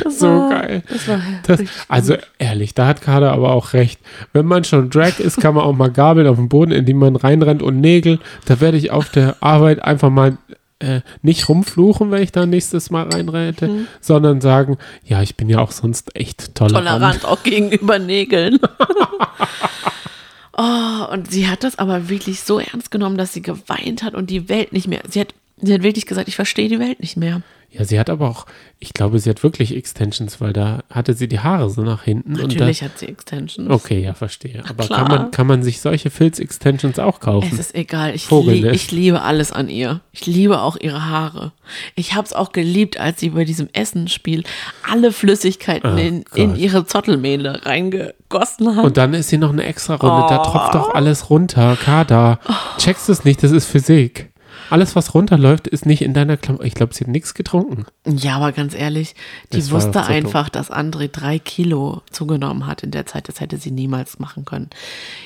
[SPEAKER 2] so geil.
[SPEAKER 1] Das war
[SPEAKER 2] Das,
[SPEAKER 1] richtig-
[SPEAKER 2] also ehrlich, da hat Kader aber auch recht. Wenn man schon Drag ist, kann man auch mal Gabeln auf den Boden, in die man reinrennt und Nägel. Da werde ich auf der Arbeit einfach mal äh, nicht rumfluchen, wenn ich da nächstes Mal reinrente,
[SPEAKER 1] Mhm.
[SPEAKER 2] sondern sagen, ja, ich bin ja auch sonst echt tolerant.
[SPEAKER 1] tolerant auch gegenüber Nägeln.
[SPEAKER 2] (laughs)
[SPEAKER 1] (laughs) oh, und sie hat das aber wirklich so ernst genommen, dass sie geweint hat und die Welt nicht mehr. Sie hat, sie hat wirklich gesagt, ich verstehe die Welt nicht mehr.
[SPEAKER 2] Ja, sie hat aber auch, ich glaube, sie hat wirklich Extensions, weil da hatte sie die Haare so nach hinten.
[SPEAKER 1] Natürlich hat sie Extensions.
[SPEAKER 2] Und da, okay, ja, verstehe. Aber
[SPEAKER 1] klar.
[SPEAKER 2] kann man, kann man sich solche Filz-Extensions auch kaufen?
[SPEAKER 1] Es ist egal, ich,
[SPEAKER 2] Vogelnest.
[SPEAKER 1] lie ich liebe alles an ihr. Ich liebe auch ihre Haare. Ich habe es auch geliebt, als sie bei diesem Essensspiel alle Flüssigkeiten
[SPEAKER 2] Oh
[SPEAKER 1] in, in
[SPEAKER 2] Gott.
[SPEAKER 1] ihre Zottelmehle reingegossen hat.
[SPEAKER 2] Und dann ist hier noch eine extra Runde. Da tropft
[SPEAKER 1] Oh.
[SPEAKER 2] doch alles runter. Kader, checkst du es nicht? Das ist Physik. Alles, was runterläuft, ist nicht in deiner Klammer. Ich glaube, sie hat nichts getrunken.
[SPEAKER 1] Ja, aber ganz ehrlich, die
[SPEAKER 2] Das war doch
[SPEAKER 1] wusste
[SPEAKER 2] so dumm.
[SPEAKER 1] einfach, dass André drei Kilo zugenommen hat in der Zeit. Das hätte sie niemals machen können.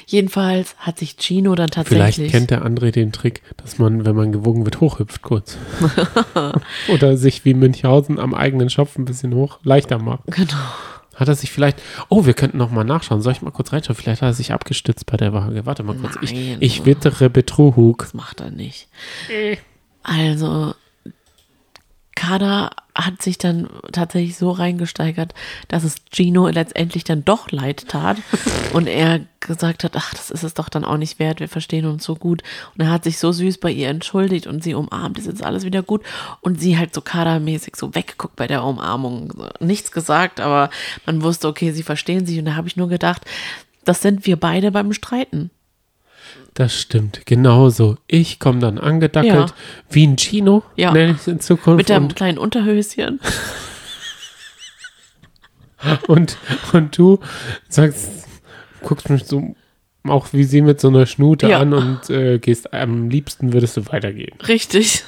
[SPEAKER 1] Jedenfalls hat sich Gino dann tatsächlich.
[SPEAKER 2] Vielleicht kennt der André den Trick, dass man, wenn man gewogen wird, hochhüpft kurz. (laughs) Oder sich wie Münchhausen am eigenen Schopf ein bisschen hoch leichter macht.
[SPEAKER 1] Genau.
[SPEAKER 2] Hat er sich vielleicht. Oh, wir könnten nochmal nachschauen. Soll ich mal kurz reinschauen? Vielleicht hat er sich abgestützt bei der Waage. Warte mal kurz. Ich,
[SPEAKER 1] Nein.
[SPEAKER 2] ich wittere Betrug.
[SPEAKER 1] Das macht er nicht. Also, Kada hat sich dann tatsächlich so reingesteigert, dass es Gino letztendlich dann doch leid tat und er gesagt hat, ach, das ist es doch dann auch nicht wert, wir verstehen uns so gut. Und er hat sich so süß bei ihr entschuldigt und sie umarmt, ist jetzt alles wieder gut. Und sie halt so Kada-mäßig so weggeguckt bei der Umarmung, nichts gesagt, aber man wusste, okay, sie verstehen sich. Und da habe ich nur gedacht, das sind wir beide beim Streiten.
[SPEAKER 2] Das stimmt. Genauso. Ich komme dann angedackelt
[SPEAKER 1] Ja.
[SPEAKER 2] wie ein Chino,
[SPEAKER 1] Ja.
[SPEAKER 2] nenne ich es in Zukunft.
[SPEAKER 1] Mit dem
[SPEAKER 2] und
[SPEAKER 1] kleinen Unterhöschen.
[SPEAKER 2] Und, und du sagst, guckst mich so auch wie sie mit so einer Schnute
[SPEAKER 1] Ja.
[SPEAKER 2] an und äh, gehst, am liebsten würdest du weitergehen.
[SPEAKER 1] Richtig.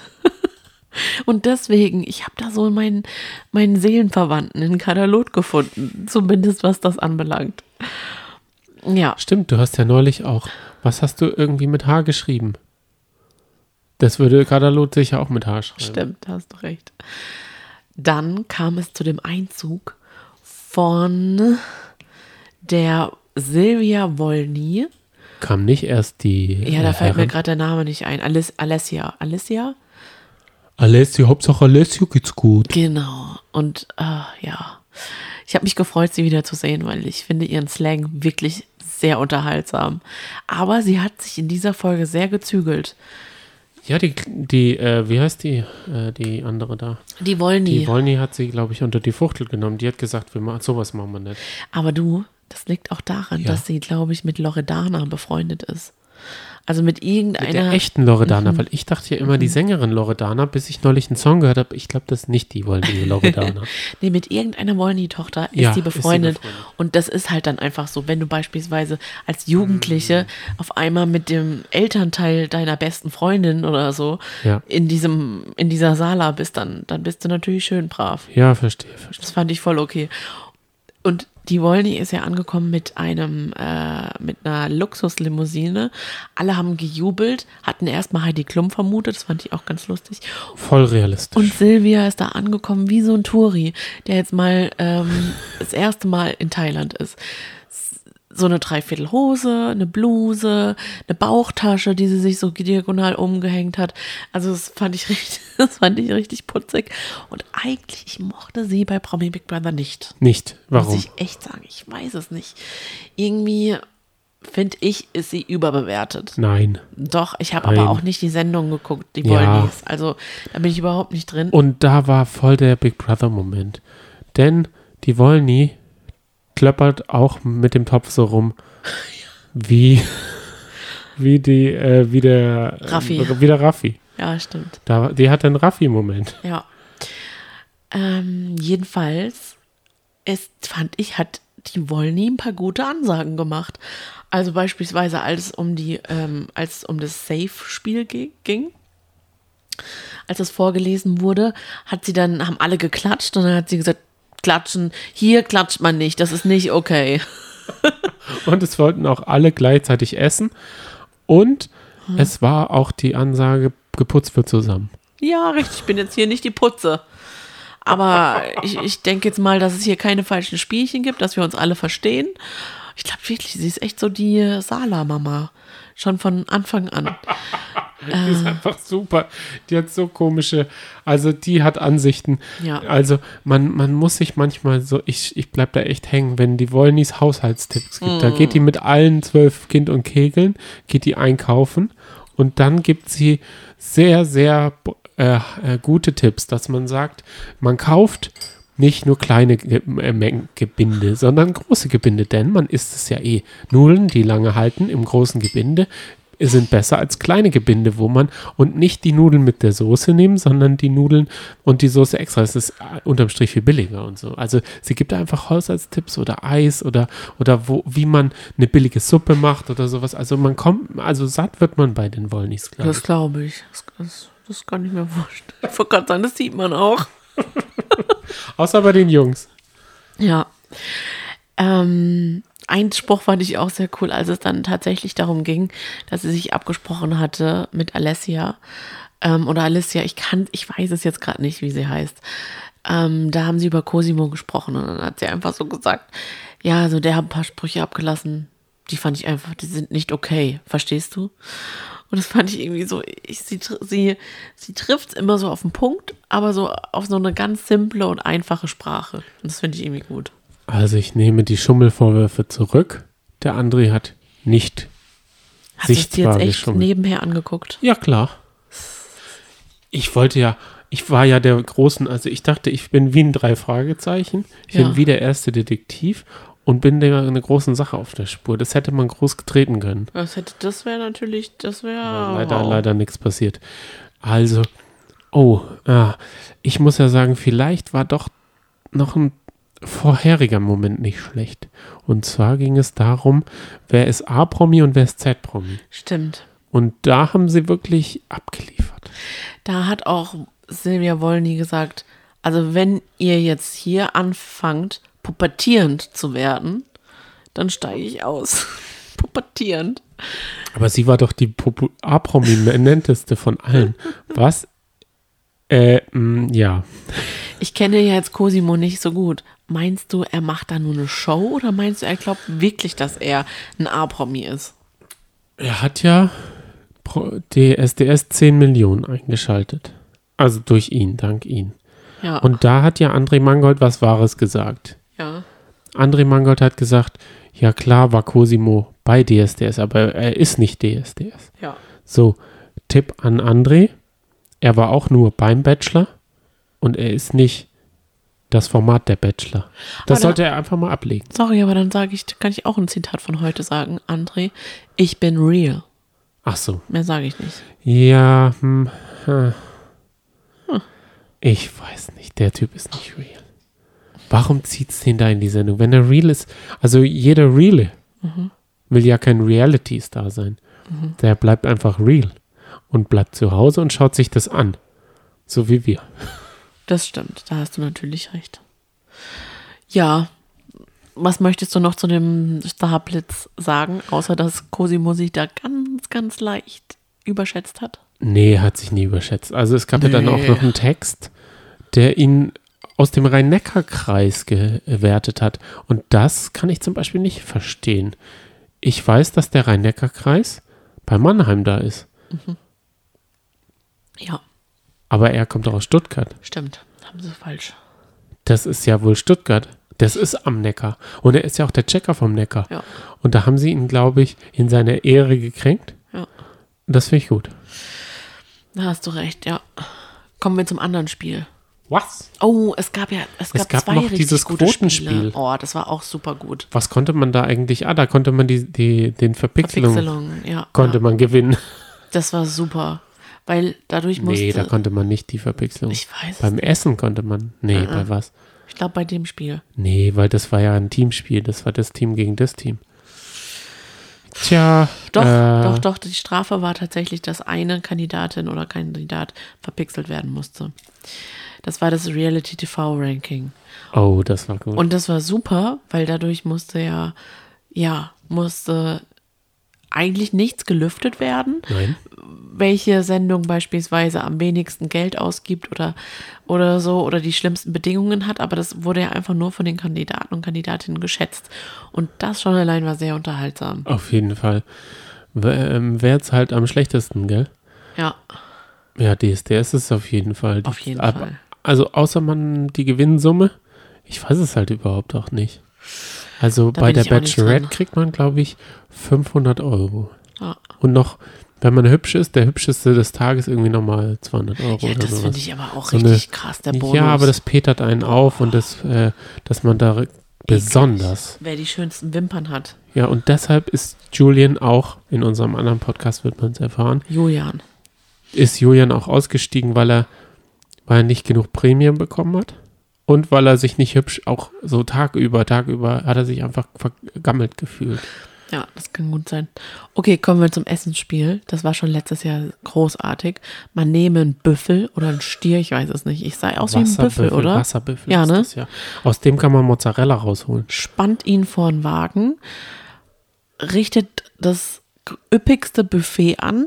[SPEAKER 1] (laughs) Und deswegen, ich habe da so meinen, meinen Seelenverwandten in Kadalot gefunden, zumindest was das anbelangt. Ja,
[SPEAKER 2] Stimmt, du hast ja neulich auch, was hast du irgendwie mit H geschrieben? Das würde Kadalot sicher auch mit H schreiben.
[SPEAKER 1] stimmt, da hast du recht. Dann kam es zu dem Einzug von der Silvia Wolny.
[SPEAKER 2] Kam nicht erst die
[SPEAKER 1] Ja, da
[SPEAKER 2] äh,
[SPEAKER 1] fällt mir
[SPEAKER 2] Herren-
[SPEAKER 1] gerade der Name nicht ein. Alice, Alessia. Alessia?
[SPEAKER 2] Alessio, Hauptsache Alessio geht's gut.
[SPEAKER 1] Genau. Und äh, ja, ich habe mich gefreut, sie wieder zu sehen, weil ich finde ihren Slang wirklich sehr unterhaltsam. Aber sie hat sich in dieser Folge sehr gezügelt.
[SPEAKER 2] Ja, die, die äh, wie heißt die, äh, die andere da?
[SPEAKER 1] Die wollen nie.
[SPEAKER 2] Die Wolny hat sie, glaube ich, unter die Fuchtel genommen. Die hat gesagt, wir machen, sowas machen wir nicht.
[SPEAKER 1] Aber du, das liegt auch daran,
[SPEAKER 2] Ja.
[SPEAKER 1] dass sie, glaube ich, mit Loredana befreundet ist. Also mit
[SPEAKER 2] Mit der
[SPEAKER 1] irgendeiner.
[SPEAKER 2] echten Loredana,
[SPEAKER 1] Mhm.
[SPEAKER 2] weil ich dachte ja immer, die Sängerin Loredana, bis ich neulich einen Song gehört habe, ich glaube, das ist nicht die
[SPEAKER 1] (laughs)
[SPEAKER 2] Wolny Loredana.
[SPEAKER 1] Nee, mit irgendeiner Wollny-Tochter ist
[SPEAKER 2] Ja,
[SPEAKER 1] sie
[SPEAKER 2] ist sie
[SPEAKER 1] befreundet.
[SPEAKER 2] befreundet.
[SPEAKER 1] Und das ist halt dann einfach so, wenn du beispielsweise als Jugendliche
[SPEAKER 2] Mhm.
[SPEAKER 1] auf einmal mit dem Elternteil deiner besten Freundin oder so
[SPEAKER 2] Ja.
[SPEAKER 1] in diesem, in dieser Sala bist, dann, dann bist du natürlich schön brav.
[SPEAKER 2] ja, verstehe, verstehe.
[SPEAKER 1] Das fand ich voll okay. Und die Wollny ist ja angekommen mit einem, äh, mit einer Luxuslimousine. Alle haben gejubelt, hatten erstmal Heidi Klum vermutet, das fand ich auch ganz lustig.
[SPEAKER 2] Voll realistisch.
[SPEAKER 1] Und Silvia ist da angekommen wie so ein Touri, der jetzt mal
[SPEAKER 2] (laughs)
[SPEAKER 1] ähm, das erste Mal in Thailand ist. S- So eine Dreiviertelhose, eine Bluse, eine Bauchtasche, die sie sich so diagonal umgehängt hat. Also das fand ich richtig, (laughs) das fand ich richtig putzig. Und eigentlich, ich mochte sie bei Promi Big Brother nicht.
[SPEAKER 2] nicht. Warum?
[SPEAKER 1] Muss ich echt sagen, ich weiß es nicht. Irgendwie finde ich, ist sie überbewertet.
[SPEAKER 2] Nein.
[SPEAKER 1] Doch, ich habe
[SPEAKER 2] Nein.
[SPEAKER 1] aber auch nicht die Sendung geguckt, die
[SPEAKER 2] Ja.
[SPEAKER 1] wollen dies. Also da bin ich überhaupt nicht drin.
[SPEAKER 2] Und da war voll der Big Brother-Moment. Denn die Wolny klöppert auch mit dem Topf so
[SPEAKER 1] (laughs)
[SPEAKER 2] rum, wie, wie, die, äh, wie, der,
[SPEAKER 1] Raffi.
[SPEAKER 2] Äh, wie der Raffi.
[SPEAKER 1] Ja, stimmt.
[SPEAKER 2] Da, die hat einen Raffi-Moment.
[SPEAKER 1] Ja. Ähm, jedenfalls ist, fand ich, hat die Wollny ein paar gute Ansagen gemacht. Also beispielsweise, als es um die, ähm, als es um das Safe-Spiel ge- ging, als es vorgelesen wurde, hat sie dann, haben alle geklatscht und dann hat sie gesagt, klatschen, hier klatscht man nicht, das ist nicht okay.
[SPEAKER 2] Und es wollten auch alle gleichzeitig essen. Und es war auch die Ansage, geputzt wird zusammen.
[SPEAKER 1] Ja, richtig, ich bin jetzt hier nicht die Putze. Aber ich, ich denke jetzt mal, dass es hier keine falschen Spielchen gibt, dass wir uns alle verstehen. Ich glaube wirklich, sie ist echt so die Sala-Mama. Schon von Anfang an.
[SPEAKER 2] Die ist (laughs) einfach super. Die hat so komische, also die hat Ansichten.
[SPEAKER 1] Ja.
[SPEAKER 2] Also man, man muss sich manchmal so, ich, ich bleib da echt hängen, wenn die Wollnis Haushaltstipps gibt. Da geht die mit allen zwölf Kind und Kegeln, geht die einkaufen und dann gibt sie sehr, sehr äh, äh, gute Tipps, dass man sagt, man kauft nicht nur kleine Ge äh, Mengen Gebinde, sondern große Gebinde, denn man isst es ja eh. Nudeln, die lange halten im großen Gebinde, sind besser als kleine Gebinde, wo man und nicht die Nudeln mit der Soße nehmen, sondern die Nudeln und die Soße extra. Es ist äh, unterm Strich viel billiger und so. Also sie gibt einfach Haushaltstipps oder Eis oder oder wo, wie man eine billige Suppe macht oder sowas. Also man kommt, also satt wird man bei den Wollnis, glaube
[SPEAKER 1] Das glaube ich. Das, das, das kann ich mir vorstellen. Ich wollte gerade sagen, das sieht man auch.
[SPEAKER 2] ich. Außer bei den Jungs.
[SPEAKER 1] Ja. Ähm, ein Spruch fand ich auch sehr cool, als es dann tatsächlich darum ging, dass sie sich abgesprochen hatte mit Alessia. Ähm, oder Alessia, ich kann, ich weiß es jetzt gerade nicht, wie sie heißt. Ähm, da haben sie über Cosimo gesprochen und dann hat sie einfach so gesagt, ja, also der hat ein paar Sprüche abgelassen. Die fand ich einfach, die sind nicht okay. Verstehst du? Und das fand ich irgendwie so, ich, sie, tr- sie, sie trifft immer so auf den Punkt, aber so auf so eine ganz simple und einfache Sprache. Und das finde ich irgendwie gut.
[SPEAKER 2] Also ich nehme die Schummelvorwürfe zurück. Der André hat nicht
[SPEAKER 1] Hast du es dir jetzt
[SPEAKER 2] Sichtbar
[SPEAKER 1] echt
[SPEAKER 2] geschummelt.
[SPEAKER 1] nebenher angeguckt?
[SPEAKER 2] Ja, klar. Ich wollte ja, ich war ja der großen, also ich dachte, ich bin wie ein Drei-Fragezeichen, ich
[SPEAKER 1] Ja.
[SPEAKER 2] bin wie der erste Detektiv und bin der einer großen Sache auf der Spur. Das hätte man groß getreten können.
[SPEAKER 1] Das, hätte- das wäre natürlich, das wäre.
[SPEAKER 2] Leider, leider nichts passiert. Also, oh, ah, ich muss ja sagen, vielleicht war doch noch ein vorheriger Moment nicht schlecht. Und zwar ging es darum, wer ist A-Promi und wer ist Z-Promi.
[SPEAKER 1] Stimmt.
[SPEAKER 2] Und da haben sie wirklich abgeliefert.
[SPEAKER 1] Da hat auch Silvia Wollny gesagt, also wenn ihr jetzt hier anfangt, pubertierend zu werden, dann steige ich aus. (laughs) pubertierend.
[SPEAKER 2] Aber sie war doch die Popu- A-Prominenteste von allen. Was? Äh, mh, ja.
[SPEAKER 1] Ich kenne ja jetzt Cosimo nicht so gut. Meinst du, er macht da nur eine Show oder meinst du, er glaubt wirklich, dass er ein A-Promi ist?
[SPEAKER 2] Er hat ja pro DSDS 10 Millionen eingeschaltet. Also durch ihn, dank ihn.
[SPEAKER 1] Ja.
[SPEAKER 2] Und da hat ja André Mangold was Wahres gesagt.
[SPEAKER 1] ja.
[SPEAKER 2] André Mangold hat gesagt, ja klar war Cosimo bei DSDS, aber er ist nicht DSDS.
[SPEAKER 1] Ja.
[SPEAKER 2] So, Tipp an André, er war auch nur beim Bachelor und er ist nicht das Format der Bachelor. Das
[SPEAKER 1] Aber da-
[SPEAKER 2] sollte er einfach mal ablegen.
[SPEAKER 1] Sorry, aber dann sage ich, kann ich auch ein Zitat von heute sagen, André. Ich bin real.
[SPEAKER 2] Ach so.
[SPEAKER 1] Mehr sage ich nicht.
[SPEAKER 2] Ja, hm, hm. ich weiß nicht, der Typ ist nicht real. Warum zieht's den da in die Sendung? Wenn er real ist, also jeder Reale will ja kein Reality-Star sein. Der bleibt einfach real und bleibt zu Hause und schaut sich das an. So wie wir.
[SPEAKER 1] Das stimmt, da hast du natürlich recht. Ja, was möchtest du noch zu dem Starblitz sagen, außer dass Cosimo sich da ganz, ganz leicht überschätzt hat?
[SPEAKER 2] Nee, hat sich nie überschätzt. Also es gab ja dann auch
[SPEAKER 1] Nee.
[SPEAKER 2] noch einen Text, der ihn aus dem Rhein-Neckar-Kreis gewertet hat. Und das kann ich zum Beispiel nicht verstehen. Ich weiß, dass der Rhein-Neckar-Kreis bei Mannheim da ist.
[SPEAKER 1] Ja,
[SPEAKER 2] Aber er kommt doch aus Stuttgart.
[SPEAKER 1] stimmt. Haben sie falsch.
[SPEAKER 2] Das ist ja wohl Stuttgart. Das ist am Neckar. Und er ist ja auch der Checker vom Neckar.
[SPEAKER 1] Ja.
[SPEAKER 2] Und da haben sie ihn, glaube ich, in seiner Ehre gekränkt.
[SPEAKER 1] Ja.
[SPEAKER 2] Das finde ich gut.
[SPEAKER 1] Da hast du recht, ja. Kommen wir zum anderen Spiel.
[SPEAKER 2] Was?
[SPEAKER 1] Oh, es gab ja, es gab,
[SPEAKER 2] gab
[SPEAKER 1] zwei
[SPEAKER 2] noch
[SPEAKER 1] richtig
[SPEAKER 2] dieses
[SPEAKER 1] gute
[SPEAKER 2] Quotenspiel.
[SPEAKER 1] Spiele. Oh, das war auch super gut.
[SPEAKER 2] Was konnte man da eigentlich? Ah, da konnte man die, die, den Verpixelung
[SPEAKER 1] Verpixelung, ja.
[SPEAKER 2] konnte
[SPEAKER 1] ja.
[SPEAKER 2] man gewinnen.
[SPEAKER 1] Das war super, weil dadurch musste
[SPEAKER 2] Nee, da konnte man nicht die Verpixelung.
[SPEAKER 1] ich Ah, weiß,
[SPEAKER 2] Beim Essen konnte man. Nee, bei was?
[SPEAKER 1] ich glaube bei dem Spiel.
[SPEAKER 2] Nee, weil das war ja ein Teamspiel. Das war das Team gegen das Team. Tja.
[SPEAKER 1] Doch,
[SPEAKER 2] äh,
[SPEAKER 1] doch, doch. Die Strafe war tatsächlich, dass eine Kandidatin oder Kandidat verpixelt werden musste. Das war das Reality TV Ranking.
[SPEAKER 2] Oh, das war gut.
[SPEAKER 1] Und das war super, weil dadurch musste ja, ja, musste eigentlich nichts gelüftet werden.
[SPEAKER 2] Nein.
[SPEAKER 1] welche Sendung beispielsweise am wenigsten Geld ausgibt oder, oder so oder die schlimmsten Bedingungen hat, aber das wurde ja einfach nur von den Kandidaten und Kandidatinnen geschätzt. Und das schon allein war sehr unterhaltsam.
[SPEAKER 2] Auf jeden Fall. Wer jetzt halt am schlechtesten, gell?
[SPEAKER 1] Ja,
[SPEAKER 2] Ja, DSDS ist auf jeden Fall. die-
[SPEAKER 1] Auf jeden Fall.
[SPEAKER 2] Also außer man die Gewinnsumme, ich weiß es halt überhaupt auch nicht. Also
[SPEAKER 1] Da
[SPEAKER 2] bei
[SPEAKER 1] bin
[SPEAKER 2] der
[SPEAKER 1] ich auch nicht
[SPEAKER 2] Bachelorette
[SPEAKER 1] drin.
[SPEAKER 2] kriegt man, glaube ich, 500 Euro.
[SPEAKER 1] ja.
[SPEAKER 2] Und noch, wenn man hübsch ist, der hübscheste des Tages irgendwie nochmal 200 Euro
[SPEAKER 1] ja
[SPEAKER 2] oder
[SPEAKER 1] das finde
[SPEAKER 2] sowas.
[SPEAKER 1] ich aber auch
[SPEAKER 2] So eine-
[SPEAKER 1] richtig krass, der Bonus. Oh.
[SPEAKER 2] ja, aber das petert einen auf und das, äh, dass man da besonders.
[SPEAKER 1] Wer die schönsten Wimpern hat,
[SPEAKER 2] Ja, und deshalb ist Julian auch, in unserem anderen Podcast wird man es erfahren,
[SPEAKER 1] Julian.
[SPEAKER 2] ist Julian auch ausgestiegen, weil er, weil er nicht genug Prämien bekommen hat und weil er sich nicht hübsch, auch so Tag über, Tag über, hat er sich einfach vergammelt gefühlt.
[SPEAKER 1] Ja, das kann gut sein. Okay, kommen wir zum Essensspiel. Das war schon letztes Jahr großartig. Man nehme einen Büffel oder einen Stier, ich weiß es nicht. Ich sah aus wie ein Büffel, oder?
[SPEAKER 2] Wasserbüffel
[SPEAKER 1] Ja,
[SPEAKER 2] ist
[SPEAKER 1] ne?
[SPEAKER 2] das ja. Aus dem kann man Mozzarella rausholen.
[SPEAKER 1] spannt ihn vor den Wagen, richtet das üppigste Buffet an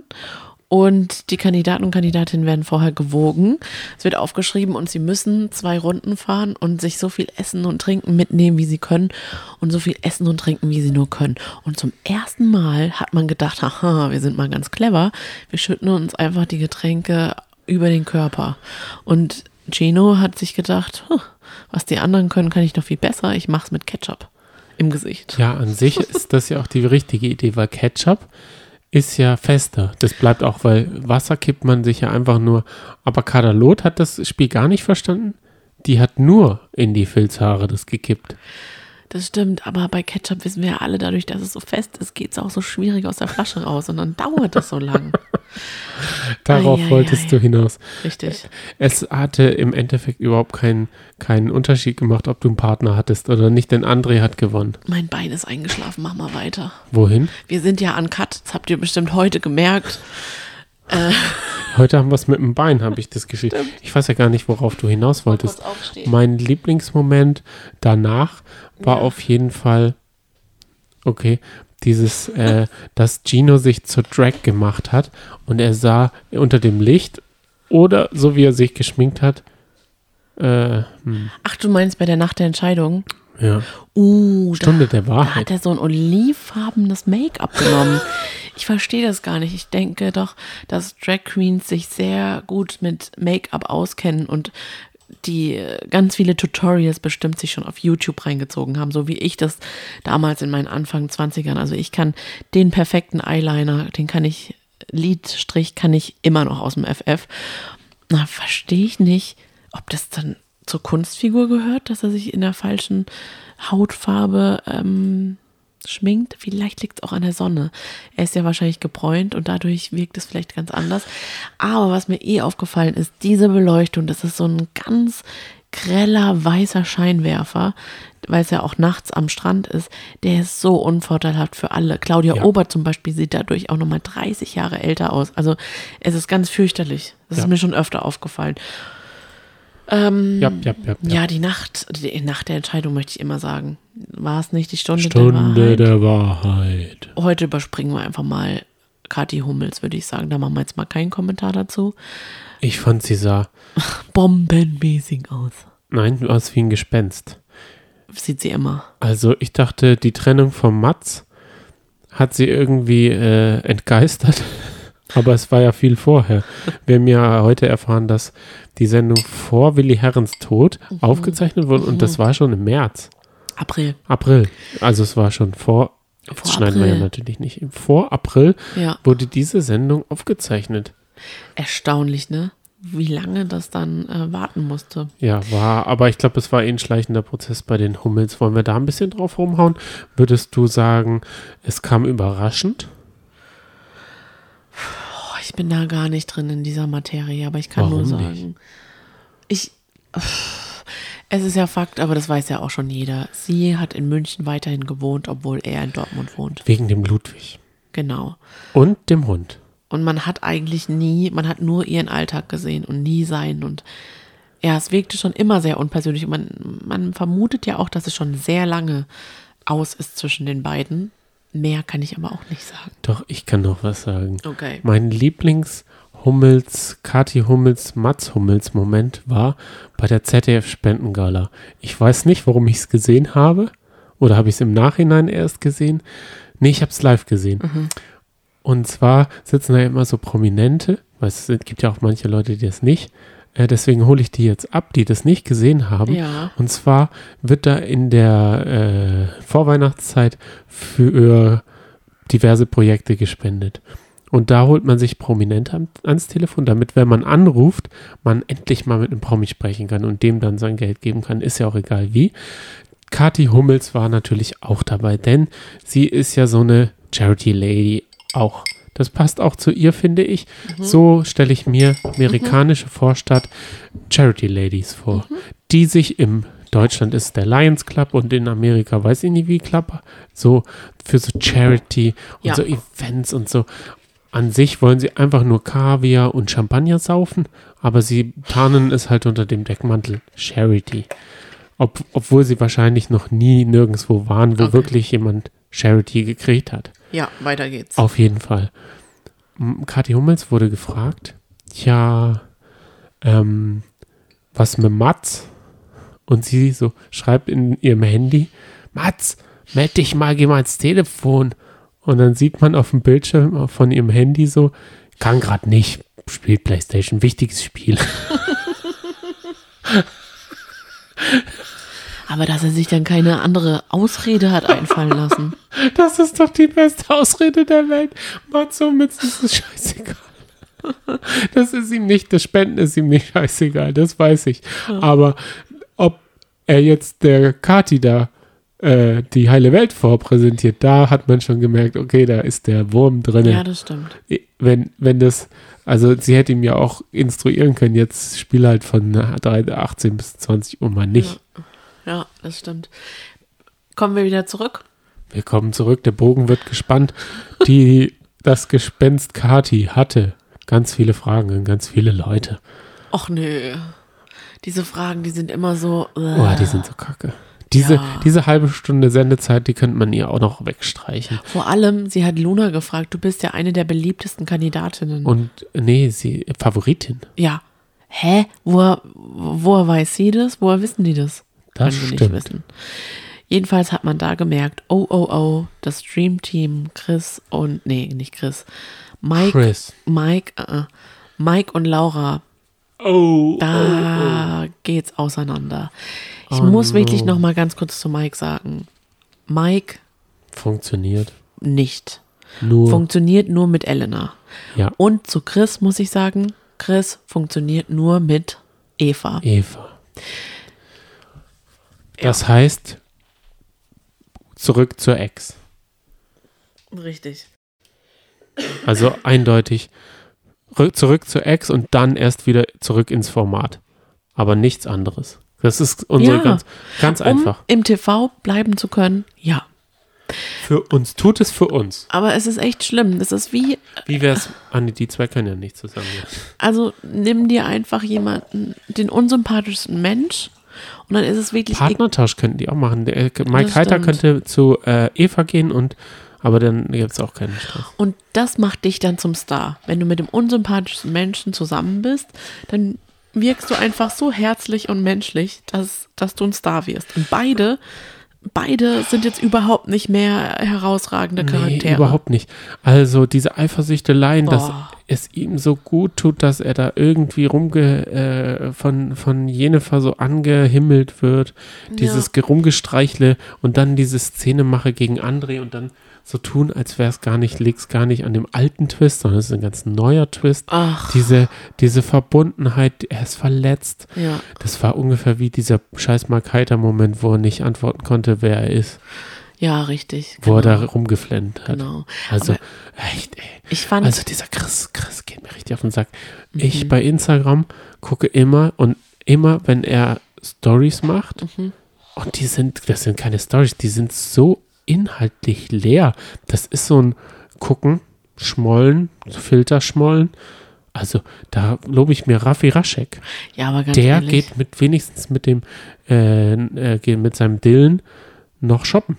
[SPEAKER 1] und die Kandidaten und Kandidatinnen werden vorher gewogen. Es wird aufgeschrieben und sie müssen zwei Runden fahren und sich so viel Essen und Trinken mitnehmen, wie sie können und so viel Essen und Trinken, wie sie nur können. Und zum ersten Mal hat man gedacht, haha, wir sind mal ganz clever, wir schütten uns einfach die Getränke über den Körper. Und Gino hat sich gedacht, "Huh, was die anderen können, kann ich noch viel besser. Ich mach's mit Ketchup im Gesicht.
[SPEAKER 2] Ja, an sich ist das ja auch die richtige Idee, weil Ketchup ist ja fester. Das bleibt auch, weil Wasser kippt man sich ja einfach nur. Aber Kadalot hat das Spiel gar nicht verstanden. Die hat nur in die Filzhaare das gekippt.
[SPEAKER 1] Das stimmt, aber bei Ketchup wissen wir ja alle, dadurch, dass es so fest ist, geht's auch so schwierig aus der Flasche raus und dann dauert das so lang.
[SPEAKER 2] Darauf
[SPEAKER 1] Ei, ei,
[SPEAKER 2] wolltest
[SPEAKER 1] ei.
[SPEAKER 2] du hinaus.
[SPEAKER 1] Richtig.
[SPEAKER 2] Es hatte im Endeffekt überhaupt keinen, keinen Unterschied gemacht, ob du einen Partner hattest oder nicht, denn André hat gewonnen.
[SPEAKER 1] Mein Bein ist eingeschlafen, mach mal weiter.
[SPEAKER 2] Wohin?
[SPEAKER 1] Wir sind ja an Cut, das habt ihr bestimmt heute gemerkt.
[SPEAKER 2] Heute haben wir es mit dem Bein, habe ich das geschickt. Ich weiß ja gar nicht, worauf du hinaus wolltest.
[SPEAKER 1] Kurz aufstehen.
[SPEAKER 2] Mein Lieblingsmoment danach war auf jeden Fall, okay, dieses, äh, dass Gino sich zur Drag gemacht hat und er sah unter dem Licht oder so wie er sich geschminkt hat, äh, hm,
[SPEAKER 1] Ach, du meinst bei der Nacht der Entscheidung?
[SPEAKER 2] ja,
[SPEAKER 1] Uh, da,
[SPEAKER 2] Stunde der
[SPEAKER 1] da hat
[SPEAKER 2] Wahrheit.
[SPEAKER 1] er so ein olivfarbenes Make-up genommen. ich verstehe das gar nicht. Ich denke doch, dass Drag Queens sich sehr gut mit Make-up auskennen und die äh, ganz viele Tutorials bestimmt sich schon auf YouTube reingezogen haben, so wie ich das damals in meinen Anfang 20ern. Also ich kann den perfekten Eyeliner, den kann ich, Lidstrich kann ich immer noch aus dem FF. Na, verstehe ich nicht, ob das dann zur Kunstfigur gehört, dass er sich in der falschen Hautfarbe ähm, schminkt. Vielleicht liegt es auch an der Sonne. Er ist ja wahrscheinlich gebräunt und dadurch wirkt es vielleicht ganz anders. Aber was mir eh aufgefallen ist, diese Beleuchtung, das ist so ein ganz greller weißer Scheinwerfer, weil es ja auch nachts am Strand ist, der ist so unvorteilhaft für alle. Claudia
[SPEAKER 2] Ja.
[SPEAKER 1] Ober zum Beispiel sieht dadurch auch nochmal 30 Jahre älter aus. Also es ist ganz fürchterlich. Das
[SPEAKER 2] Ja.
[SPEAKER 1] ist mir schon öfter aufgefallen. Ähm,
[SPEAKER 2] Ja, ja, ja, ja.
[SPEAKER 1] Ja, die Nacht, die Nacht der Entscheidung möchte ich immer sagen. War es nicht die Stunde,
[SPEAKER 2] Stunde
[SPEAKER 1] der Wahrheit?
[SPEAKER 2] der Wahrheit.
[SPEAKER 1] Heute überspringen wir einfach mal Kathi Hummels, würde ich sagen. Da machen wir jetzt mal keinen Kommentar dazu.
[SPEAKER 2] Ich fand, sie sah,
[SPEAKER 1] Bombenmäßig aus.
[SPEAKER 2] nein, aus wie ein Gespenst.
[SPEAKER 1] Sieht sie immer.
[SPEAKER 2] Also ich dachte, die Trennung von Mats hat sie irgendwie äh, entgeistert. (laughs) Aber es war ja viel vorher. Wir haben ja heute erfahren, dass die Sendung vor Willi Herrens Tod
[SPEAKER 1] Mhm.
[SPEAKER 2] aufgezeichnet wurde und das war schon im März,
[SPEAKER 1] April.
[SPEAKER 2] April. Also es war schon vor, jetzt
[SPEAKER 1] Vor
[SPEAKER 2] schneiden wir ja
[SPEAKER 1] April.
[SPEAKER 2] natürlich nicht, vor April
[SPEAKER 1] Ja.
[SPEAKER 2] wurde diese Sendung aufgezeichnet.
[SPEAKER 1] Erstaunlich, ne? Wie lange das dann äh, warten musste.
[SPEAKER 2] Ja, war, aber ich glaube, es war eh ein schleichender Prozess bei den Hummels. Wollen wir da ein bisschen drauf rumhauen? Würdest du sagen, es kam überraschend?
[SPEAKER 1] Boah, ich bin da gar nicht drin in dieser Materie, aber ich kann nur
[SPEAKER 2] Warum
[SPEAKER 1] sagen. Ich. Es ist ja Fakt, aber das weiß ja auch schon jeder. Sie hat in München weiterhin gewohnt, obwohl er in Dortmund wohnt.
[SPEAKER 2] Wegen dem Ludwig.
[SPEAKER 1] Genau.
[SPEAKER 2] Und dem Hund.
[SPEAKER 1] Und man hat eigentlich nie, man hat nur ihren Alltag gesehen und nie seinen. Und ja, es wirkte schon immer sehr unpersönlich. Und man, man vermutet ja auch, dass es schon sehr lange aus ist zwischen den beiden. Mehr kann ich aber auch nicht sagen.
[SPEAKER 2] Doch, ich kann noch was sagen.
[SPEAKER 1] Okay.
[SPEAKER 2] Mein Lieblings-Hummels, Kati Hummels, Mats Hummels-Moment war bei der ZDF-Spendengala. Ich weiß nicht, warum ich es gesehen habe. Oder habe ich es im Nachhinein erst gesehen? Nee, ich habe es live gesehen. Und zwar sitzen da immer so Prominente, weil es gibt ja auch manche Leute, die das nicht. Äh, deswegen hole ich die jetzt ab, die das nicht gesehen haben.
[SPEAKER 1] Ja.
[SPEAKER 2] Und zwar wird da in der äh, Vorweihnachtszeit für diverse Projekte gespendet. Und da holt man sich Prominente an, ans Telefon, damit, wenn man anruft, man endlich mal mit einem Promi sprechen kann und dem dann sein Geld geben kann. Ist ja auch egal wie. Kathi Hummels war natürlich auch dabei, denn sie ist ja so eine Charity Lady auch. Das passt auch zu ihr, finde ich.
[SPEAKER 1] Mhm.
[SPEAKER 2] So stelle ich mir amerikanische Vorstadt Charity Ladies vor,
[SPEAKER 1] Mhm.
[SPEAKER 2] die sich im Deutschland ist der Lions Club und in Amerika weiß ich nicht wie Club, so für so Charity und
[SPEAKER 1] Ja.
[SPEAKER 2] so Events und so. An sich wollen sie einfach nur Kaviar und Champagner saufen, aber sie tarnen es halt unter dem Deckmantel Charity. Ob, obwohl sie wahrscheinlich noch nie nirgendwo waren, wo
[SPEAKER 1] Okay.
[SPEAKER 2] wirklich jemand Charity gekriegt hat.
[SPEAKER 1] Ja, weiter geht's.
[SPEAKER 2] Auf jeden Fall. M, Kathi Hummels wurde gefragt, ja, ähm, was mit Mats? Und sie so schreibt in ihrem Handy, Mats, meld dich mal, geh mal ans Telefon. Und dann sieht man auf dem Bildschirm von ihrem Handy so, kann grad nicht, spielt Playstation, wichtiges Spiel.
[SPEAKER 1] Aber dass er sich dann keine andere Ausrede hat (laughs) einfallen lassen.
[SPEAKER 2] Das ist doch die beste Ausrede der Welt. Mats Hummels ist es scheißegal. Das ist ihm nicht, das Spenden ist ihm nicht scheißegal, das weiß ich. Aber ob er jetzt der Kati da äh, die heile Welt vorpräsentiert, da hat man schon gemerkt, okay, da ist der Wurm
[SPEAKER 1] Ja,
[SPEAKER 2] drin.
[SPEAKER 1] das stimmt.
[SPEAKER 2] Wenn, wenn das, also sie hätte ihm ja auch instruieren können, jetzt spiel halt von 3, 18 bis 20 Uhr mal nicht.
[SPEAKER 1] Ja, das stimmt. Kommen wir wieder zurück.
[SPEAKER 2] Wir kommen zurück, der Bogen wird gespannt. Die, das Gespenst Kati hatte ganz viele Fragen an ganz viele Leute.
[SPEAKER 1] Och nö. Diese Fragen, die sind immer so.
[SPEAKER 2] Oh, die sind so kacke. Diese,
[SPEAKER 1] Ja.
[SPEAKER 2] diese halbe Stunde Sendezeit, die könnte man ihr auch noch wegstreichen.
[SPEAKER 1] Vor allem, sie hat Luna gefragt, du bist ja eine der beliebtesten Kandidatinnen.
[SPEAKER 2] Und nee, sie Favoritin.
[SPEAKER 1] ja. Hä? Woher, woher weiß sie das? Woher wissen die das?
[SPEAKER 2] Das
[SPEAKER 1] Können wir
[SPEAKER 2] stimmt.
[SPEAKER 1] nicht wissen. Jedenfalls hat man da gemerkt, oh, oh, oh, das Dream-Team, Chris und, nee, nicht Chris, Mike,
[SPEAKER 2] Chris.
[SPEAKER 1] Mike, äh, äh, Mike und Laura,
[SPEAKER 2] Oh.
[SPEAKER 1] da geht's auseinander. Ich muss wirklich noch mal ganz kurz zu Mike sagen. Mike
[SPEAKER 2] Funktioniert.
[SPEAKER 1] nicht.
[SPEAKER 2] Nur.
[SPEAKER 1] Funktioniert nur mit Elena.
[SPEAKER 2] ja.
[SPEAKER 1] Und zu Chris muss ich sagen, Chris funktioniert nur mit Eva.
[SPEAKER 2] Eva. Das heißt, zurück zur Ex.
[SPEAKER 1] Richtig.
[SPEAKER 2] Also eindeutig. Rück, zurück zur Ex und dann erst wieder zurück ins Format. Aber nichts anderes. Das ist unsere
[SPEAKER 1] Ja.
[SPEAKER 2] ganz, ganz einfach.
[SPEAKER 1] Um im TV bleiben zu können, ja.
[SPEAKER 2] Für uns. Tut es für uns.
[SPEAKER 1] Aber es ist echt schlimm. Es ist wie,
[SPEAKER 2] Wie wär's? Ah, nee, die zwei können ja nicht zusammen.
[SPEAKER 1] also nimm dir einfach jemanden, den unsympathischsten Mensch und dann ist es wirklich
[SPEAKER 2] Partnertausch könnten die auch machen. Der, äh, Mike
[SPEAKER 1] Das
[SPEAKER 2] Heiter
[SPEAKER 1] stimmt.
[SPEAKER 2] könnte zu äh, Eva gehen und aber dann gibt's auch keinen Stress.
[SPEAKER 1] Und das macht dich dann zum Star. Wenn du mit dem unsympathischsten Menschen zusammen bist, dann wirkst du einfach so herzlich und menschlich, dass, dass du ein Star wirst. Und beide, beide sind jetzt überhaupt nicht mehr herausragende Charaktere.
[SPEAKER 2] Nee, überhaupt nicht. Also diese Eifersüchteleien, dass
[SPEAKER 1] Boah.
[SPEAKER 2] es ihm so gut tut, dass er da irgendwie rumge äh, von, von Jennifer so angehimmelt wird. Dieses ja. Rumgestreichle und dann diese Szene mache gegen André und dann so tun, als wäre es gar nicht, liegt's gar nicht an dem alten Twist, sondern es ist ein ganz neuer Twist.
[SPEAKER 1] Ach,
[SPEAKER 2] Diese, diese Verbundenheit, er ist verletzt.
[SPEAKER 1] ja.
[SPEAKER 2] Das war ungefähr wie dieser scheiß Mark Heiter-Moment, wo er nicht antworten konnte, wer er ist,
[SPEAKER 1] Ja, richtig.
[SPEAKER 2] wo er da rumgeflennt hat.
[SPEAKER 1] Genau.
[SPEAKER 2] Also,
[SPEAKER 1] Aber
[SPEAKER 2] echt, ey.
[SPEAKER 1] Ich fand,
[SPEAKER 2] Also, dieser Chris, Chris geht mir richtig auf den Sack.
[SPEAKER 1] Mhm.
[SPEAKER 2] Ich bei Instagram gucke immer und immer, wenn er Stories macht, und die sind, das sind keine Stories, die sind so inhaltlich leer. Das ist so ein Gucken, Schmollen, Filterschmollen. Also, da lobe ich mir Raffi Raschek.
[SPEAKER 1] ja, aber ganz
[SPEAKER 2] Der
[SPEAKER 1] ehrlich,
[SPEAKER 2] geht mit wenigstens mit dem äh, äh, geht mit seinem Dillen noch shoppen.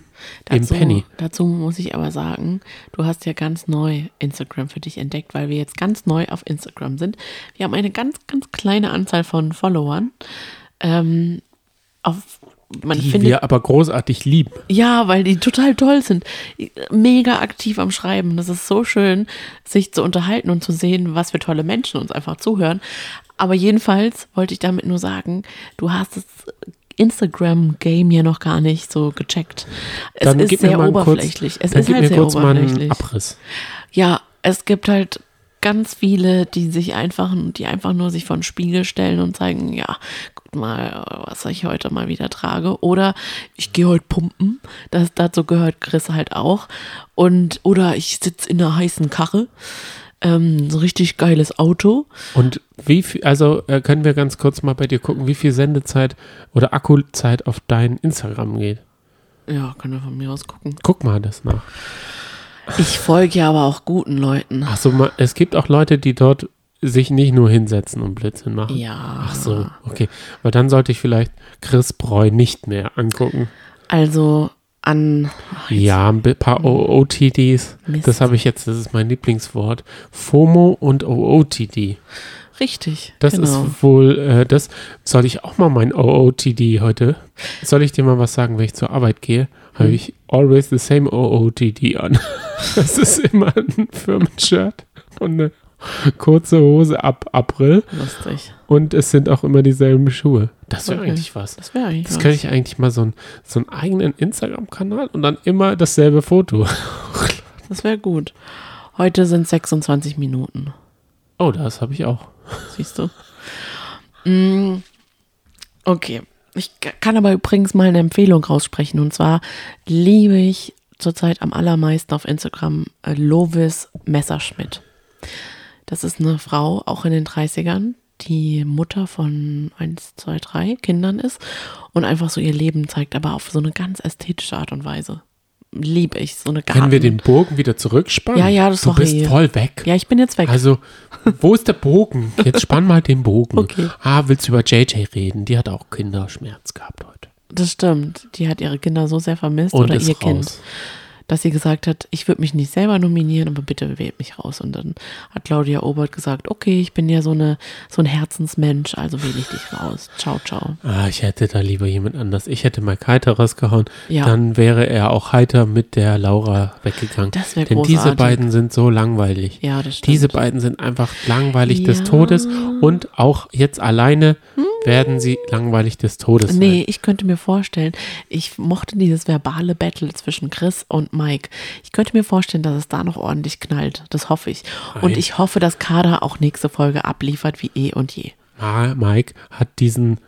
[SPEAKER 2] Im
[SPEAKER 1] dazu,
[SPEAKER 2] Penny.
[SPEAKER 1] dazu muss ich aber sagen, du hast ja ganz neu Instagram für dich entdeckt, weil wir jetzt ganz neu auf Instagram sind. Wir haben eine ganz, ganz kleine Anzahl von Followern. Ähm, auf, man
[SPEAKER 2] Die
[SPEAKER 1] findet
[SPEAKER 2] wir aber großartig lieben.
[SPEAKER 1] Ja, weil die total toll sind. Mega aktiv am Schreiben. Das ist so schön, sich zu unterhalten und zu sehen, was für tolle Menschen uns einfach zuhören. Aber jedenfalls wollte ich damit nur sagen, du hast das Instagram-Game ja noch gar nicht so gecheckt. Es
[SPEAKER 2] Dann
[SPEAKER 1] ist
[SPEAKER 2] gib mir
[SPEAKER 1] sehr
[SPEAKER 2] mal einen kurz-
[SPEAKER 1] oberflächlich. es
[SPEAKER 2] dann
[SPEAKER 1] ist
[SPEAKER 2] gib
[SPEAKER 1] halt
[SPEAKER 2] mir
[SPEAKER 1] sehr
[SPEAKER 2] kurz mal
[SPEAKER 1] oberflächlich.
[SPEAKER 2] einen Abriss.
[SPEAKER 1] Ja, es gibt halt ganz viele, die sich einfach, die einfach nur sich vor den Spiegel stellen und zeigen, ja, guck mal, was ich heute mal wieder trage. Oder ich gehe heute pumpen. Das, dazu gehört Chris halt auch. Und, oder ich sitze in einer heißen Karre. Ähm, so richtig geiles Auto.
[SPEAKER 2] Und wie viel, also äh, können wir ganz kurz mal bei dir gucken, wie viel Sendezeit oder Akkuzeit auf dein Instagram geht.
[SPEAKER 1] Ja, können wir von mir aus gucken.
[SPEAKER 2] Guck mal das nach.
[SPEAKER 1] Ich folge ja aber auch guten Leuten.
[SPEAKER 2] Ach so, ma- es gibt auch Leute, die dort sich nicht nur hinsetzen und Blödsinn machen.
[SPEAKER 1] Ja.
[SPEAKER 2] Ach so, okay. Aber dann sollte ich vielleicht Chris Breu nicht mehr angucken.
[SPEAKER 1] Also an.
[SPEAKER 2] Ja, ein bi- paar O- OOTDs.
[SPEAKER 1] Mist.
[SPEAKER 2] Das habe ich jetzt, das ist mein Lieblingswort. FOMO und OOTD.
[SPEAKER 1] Richtig.
[SPEAKER 2] Das
[SPEAKER 1] genau.
[SPEAKER 2] ist wohl, äh, das soll ich auch mal mein OOTD heute. Soll ich dir mal was sagen, wenn ich zur Arbeit gehe? Habe
[SPEAKER 1] Hm.
[SPEAKER 2] ich always the same OOTD an. (laughs) Das ist immer ein Firmenshirt und eine kurze Hose ab April.
[SPEAKER 1] lustig.
[SPEAKER 2] Und es sind auch immer dieselben Schuhe. Das wäre
[SPEAKER 1] Okay.
[SPEAKER 2] eigentlich was.
[SPEAKER 1] Das wäre eigentlich
[SPEAKER 2] Das
[SPEAKER 1] was.
[SPEAKER 2] könnte ich eigentlich mal so, ein, so einen eigenen Instagram-Kanal und dann immer dasselbe Foto.
[SPEAKER 1] Das wäre gut. Heute sind 26 Minuten,
[SPEAKER 2] Oh, das habe ich auch.
[SPEAKER 1] siehst du. Mm, okay, Ich k- kann aber übrigens mal eine Empfehlung raussprechen. Und zwar liebe ich zurzeit am allermeisten auf Instagram äh, Lovis Messerschmidt. Das ist eine Frau, auch in den 30ern, die Mutter von 1, 2, 3 Kindern ist und einfach so ihr Leben zeigt, aber auf so eine ganz ästhetische Art und Weise. Liebe ich, so eine Garten.
[SPEAKER 2] Können wir den Bogen wieder zurückspannen?
[SPEAKER 1] Ja, ja, das
[SPEAKER 2] Du
[SPEAKER 1] sorry.
[SPEAKER 2] bist voll weg.
[SPEAKER 1] ja, ich bin jetzt weg.
[SPEAKER 2] Also, wo ist der Bogen? Jetzt spann mal den Bogen.
[SPEAKER 1] Okay.
[SPEAKER 2] Ah, willst du über JJ reden? Die hat auch Kinderschmerz gehabt heute.
[SPEAKER 1] Das stimmt. Die hat ihre Kinder so sehr vermisst
[SPEAKER 2] Und
[SPEAKER 1] oder
[SPEAKER 2] ist
[SPEAKER 1] ihr Kind,
[SPEAKER 2] raus.
[SPEAKER 1] dass sie gesagt hat, ich würde mich nicht selber nominieren, aber bitte wählt mich raus. Und dann hat Claudia Obert gesagt, okay, ich bin ja so eine so ein Herzensmensch, also wähle ich dich raus. Ciao, ciao.
[SPEAKER 2] Ah, ich hätte da lieber jemand anders. Ich hätte Mike Heiter rausgehauen.
[SPEAKER 1] Ja.
[SPEAKER 2] Dann wäre er auch heiter mit der Laura weggegangen.
[SPEAKER 1] Das wäre
[SPEAKER 2] Denn diese
[SPEAKER 1] großartig.
[SPEAKER 2] beiden sind so langweilig.
[SPEAKER 1] Ja, das stimmt.
[SPEAKER 2] Diese beiden sind einfach langweilig des
[SPEAKER 1] Ja. Hm.
[SPEAKER 2] Todes und auch jetzt alleine werden sie langweilig des Todes.
[SPEAKER 1] Nee, ich könnte mir vorstellen, ich mochte dieses verbale Battle zwischen Chris und Mike. Ich könnte mir vorstellen, dass es da noch ordentlich knallt. Das hoffe ich.
[SPEAKER 2] Nein.
[SPEAKER 1] Und ich hoffe, dass Kader auch nächste Folge abliefert wie eh und je.
[SPEAKER 2] sein. Ma- Ah, Mike hat diesen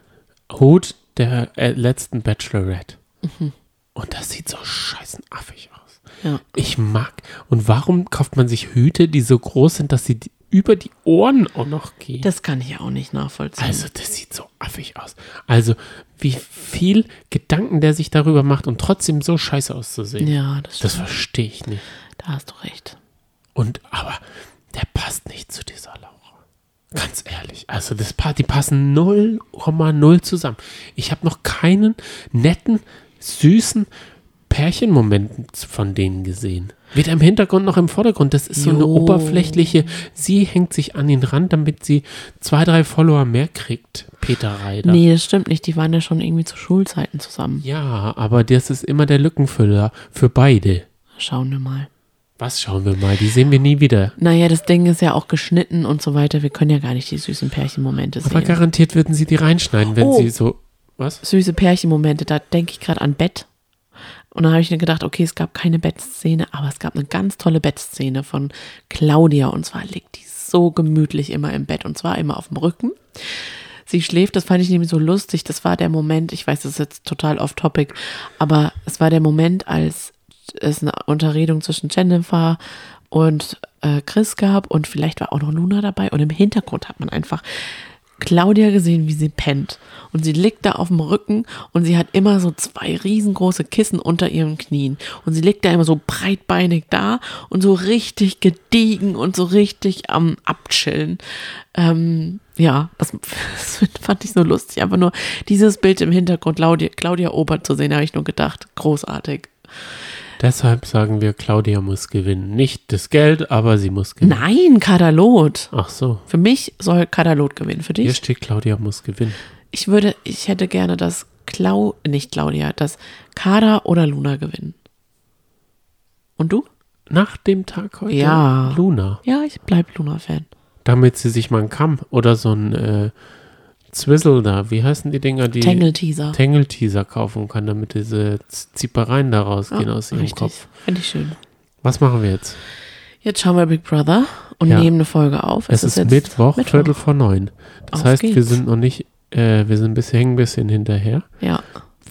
[SPEAKER 2] Hut der äh, letzten Bachelorette.
[SPEAKER 1] Mhm.
[SPEAKER 2] Und das sieht so scheißen affig aus.
[SPEAKER 1] Ja.
[SPEAKER 2] Ich mag. Und warum kauft man sich Hüte, die so groß sind, dass sie die, über die Ohren auch noch gehen?
[SPEAKER 1] Das kann ich auch nicht nachvollziehen.
[SPEAKER 2] Also, das sieht so affig aus. Also, wie viel Gedanken der sich darüber macht und trotzdem so scheiße auszusehen.
[SPEAKER 1] ja, das
[SPEAKER 2] Das
[SPEAKER 1] stimmt.
[SPEAKER 2] verstehe ich nicht.
[SPEAKER 1] Da hast du recht.
[SPEAKER 2] Und aber der passt nicht zu dieser Laura. Ganz ehrlich. Also das Paar, die passen 0,0 zusammen. Ich habe noch keinen netten, süßen Pärchenmoment von denen gesehen. Weder im Hintergrund noch im Vordergrund. Das ist so eine
[SPEAKER 1] Jo.
[SPEAKER 2] oberflächliche. Sie hängt sich an den Rand, damit sie zwei, drei Follower mehr kriegt. Peter Reider.
[SPEAKER 1] Nee, das stimmt nicht. Die waren ja schon irgendwie zu Schulzeiten zusammen.
[SPEAKER 2] Ja, aber das ist immer der Lückenfüller für beide.
[SPEAKER 1] Schauen wir mal.
[SPEAKER 2] Was schauen wir mal? Die sehen wir nie wieder.
[SPEAKER 1] Naja, das Ding ist ja auch geschnitten und so weiter. Wir können ja gar nicht die süßen Pärchenmomente
[SPEAKER 2] Aber
[SPEAKER 1] sehen.
[SPEAKER 2] garantiert würden sie die reinschneiden, wenn
[SPEAKER 1] Oh.
[SPEAKER 2] sie so. Was?
[SPEAKER 1] Süße Pärchenmomente, da denke ich gerade an Bett. Und dann habe ich mir gedacht, okay, es gab keine Bettszene, aber es gab eine ganz tolle Bettszene von Claudia. Und zwar liegt die so gemütlich immer im Bett und zwar immer auf dem Rücken. Sie schläft, das fand ich nämlich so lustig. Das war der Moment, ich weiß, das ist jetzt total off-topic, aber es war der Moment, als es eine Unterredung zwischen Jennifer und äh, Chris gab und vielleicht war auch noch Luna dabei und im Hintergrund hat man einfach Claudia gesehen, wie sie pennt und sie liegt da auf dem Rücken und sie hat immer so zwei riesengroße Kissen unter ihren Knien und sie liegt da immer so breitbeinig da und so richtig gediegen und so richtig am Abchillen. Ähm, ja, das, (laughs) das fand ich so lustig. Einfach nur dieses Bild im Hintergrund, Claudia, Claudia Obert zu sehen, da habe ich nur gedacht, großartig.
[SPEAKER 2] Deshalb sagen wir, Claudia muss gewinnen. Nicht das Geld, aber sie muss gewinnen.
[SPEAKER 1] Nein, Kadalot.
[SPEAKER 2] Ach so.
[SPEAKER 1] Für mich soll Kadalot gewinnen. Für
[SPEAKER 2] Hier
[SPEAKER 1] dich?
[SPEAKER 2] steht, Claudia muss gewinnen.
[SPEAKER 1] Ich würde, ich hätte gerne, dass Clau, nicht Claudia, dass Kada oder Luna gewinnen. Und du?
[SPEAKER 2] Nach dem Tag heute?
[SPEAKER 1] Ja.
[SPEAKER 2] Luna.
[SPEAKER 1] Ja, ich bleib Luna-Fan.
[SPEAKER 2] Damit sie sich mal einen Kamm oder so ein äh, Zwizzle da, wie heißen die Dinger, die
[SPEAKER 1] Tangle-Teaser.
[SPEAKER 2] Tangle-Teaser kaufen kann, damit diese Z- Ziepereien da rausgehen aus ihrem
[SPEAKER 1] richtig.
[SPEAKER 2] Kopf.
[SPEAKER 1] Finde ich schön.
[SPEAKER 2] Was machen wir jetzt?
[SPEAKER 1] Jetzt schauen wir Big Brother und
[SPEAKER 2] Ja.
[SPEAKER 1] nehmen eine Folge auf.
[SPEAKER 2] Es, ist,
[SPEAKER 1] jetzt
[SPEAKER 2] Mittwoch, Viertel vor neun. Das
[SPEAKER 1] Auf
[SPEAKER 2] heißt, wir
[SPEAKER 1] geht's.
[SPEAKER 2] sind noch nicht, äh, wir sind ein bisschen, hängen ein bisschen hinterher.
[SPEAKER 1] Ja,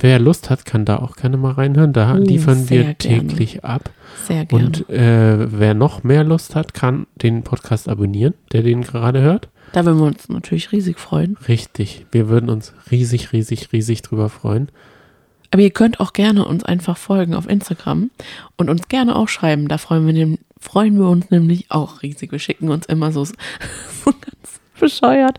[SPEAKER 2] Wer Lust hat, kann da auch gerne mal reinhören. Da
[SPEAKER 1] Oh,
[SPEAKER 2] liefern wir
[SPEAKER 1] sehr gerne.
[SPEAKER 2] täglich ab.
[SPEAKER 1] sehr gerne.
[SPEAKER 2] Und äh, wer noch mehr Lust hat, kann den Podcast abonnieren, der den gerade hört.
[SPEAKER 1] da würden wir uns natürlich riesig freuen.
[SPEAKER 2] Richtig. Wir würden uns riesig, riesig, riesig drüber freuen.
[SPEAKER 1] Aber ihr könnt auch gerne uns einfach folgen auf Instagram und uns gerne auch schreiben. Da freuen wir, nem- freuen wir uns nämlich auch riesig. Wir schicken uns immer (laughs) so, so ganz bescheuert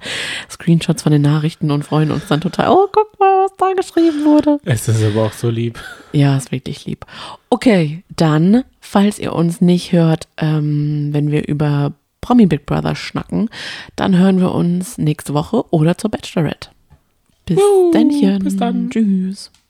[SPEAKER 1] Screenshots von den Nachrichten und freuen uns dann total. Oh, guck mal, was da geschrieben wurde.
[SPEAKER 2] Es ist aber auch so lieb.
[SPEAKER 1] Ja, ist wirklich lieb. Okay, dann, falls ihr uns nicht hört, ähm, wenn wir über Promi Big Brother schnacken, dann hören wir uns nächste Woche oder zur Bachelorette. Bis
[SPEAKER 2] Juhu,
[SPEAKER 1] dennchen.
[SPEAKER 2] bis dann.
[SPEAKER 1] Tschüss.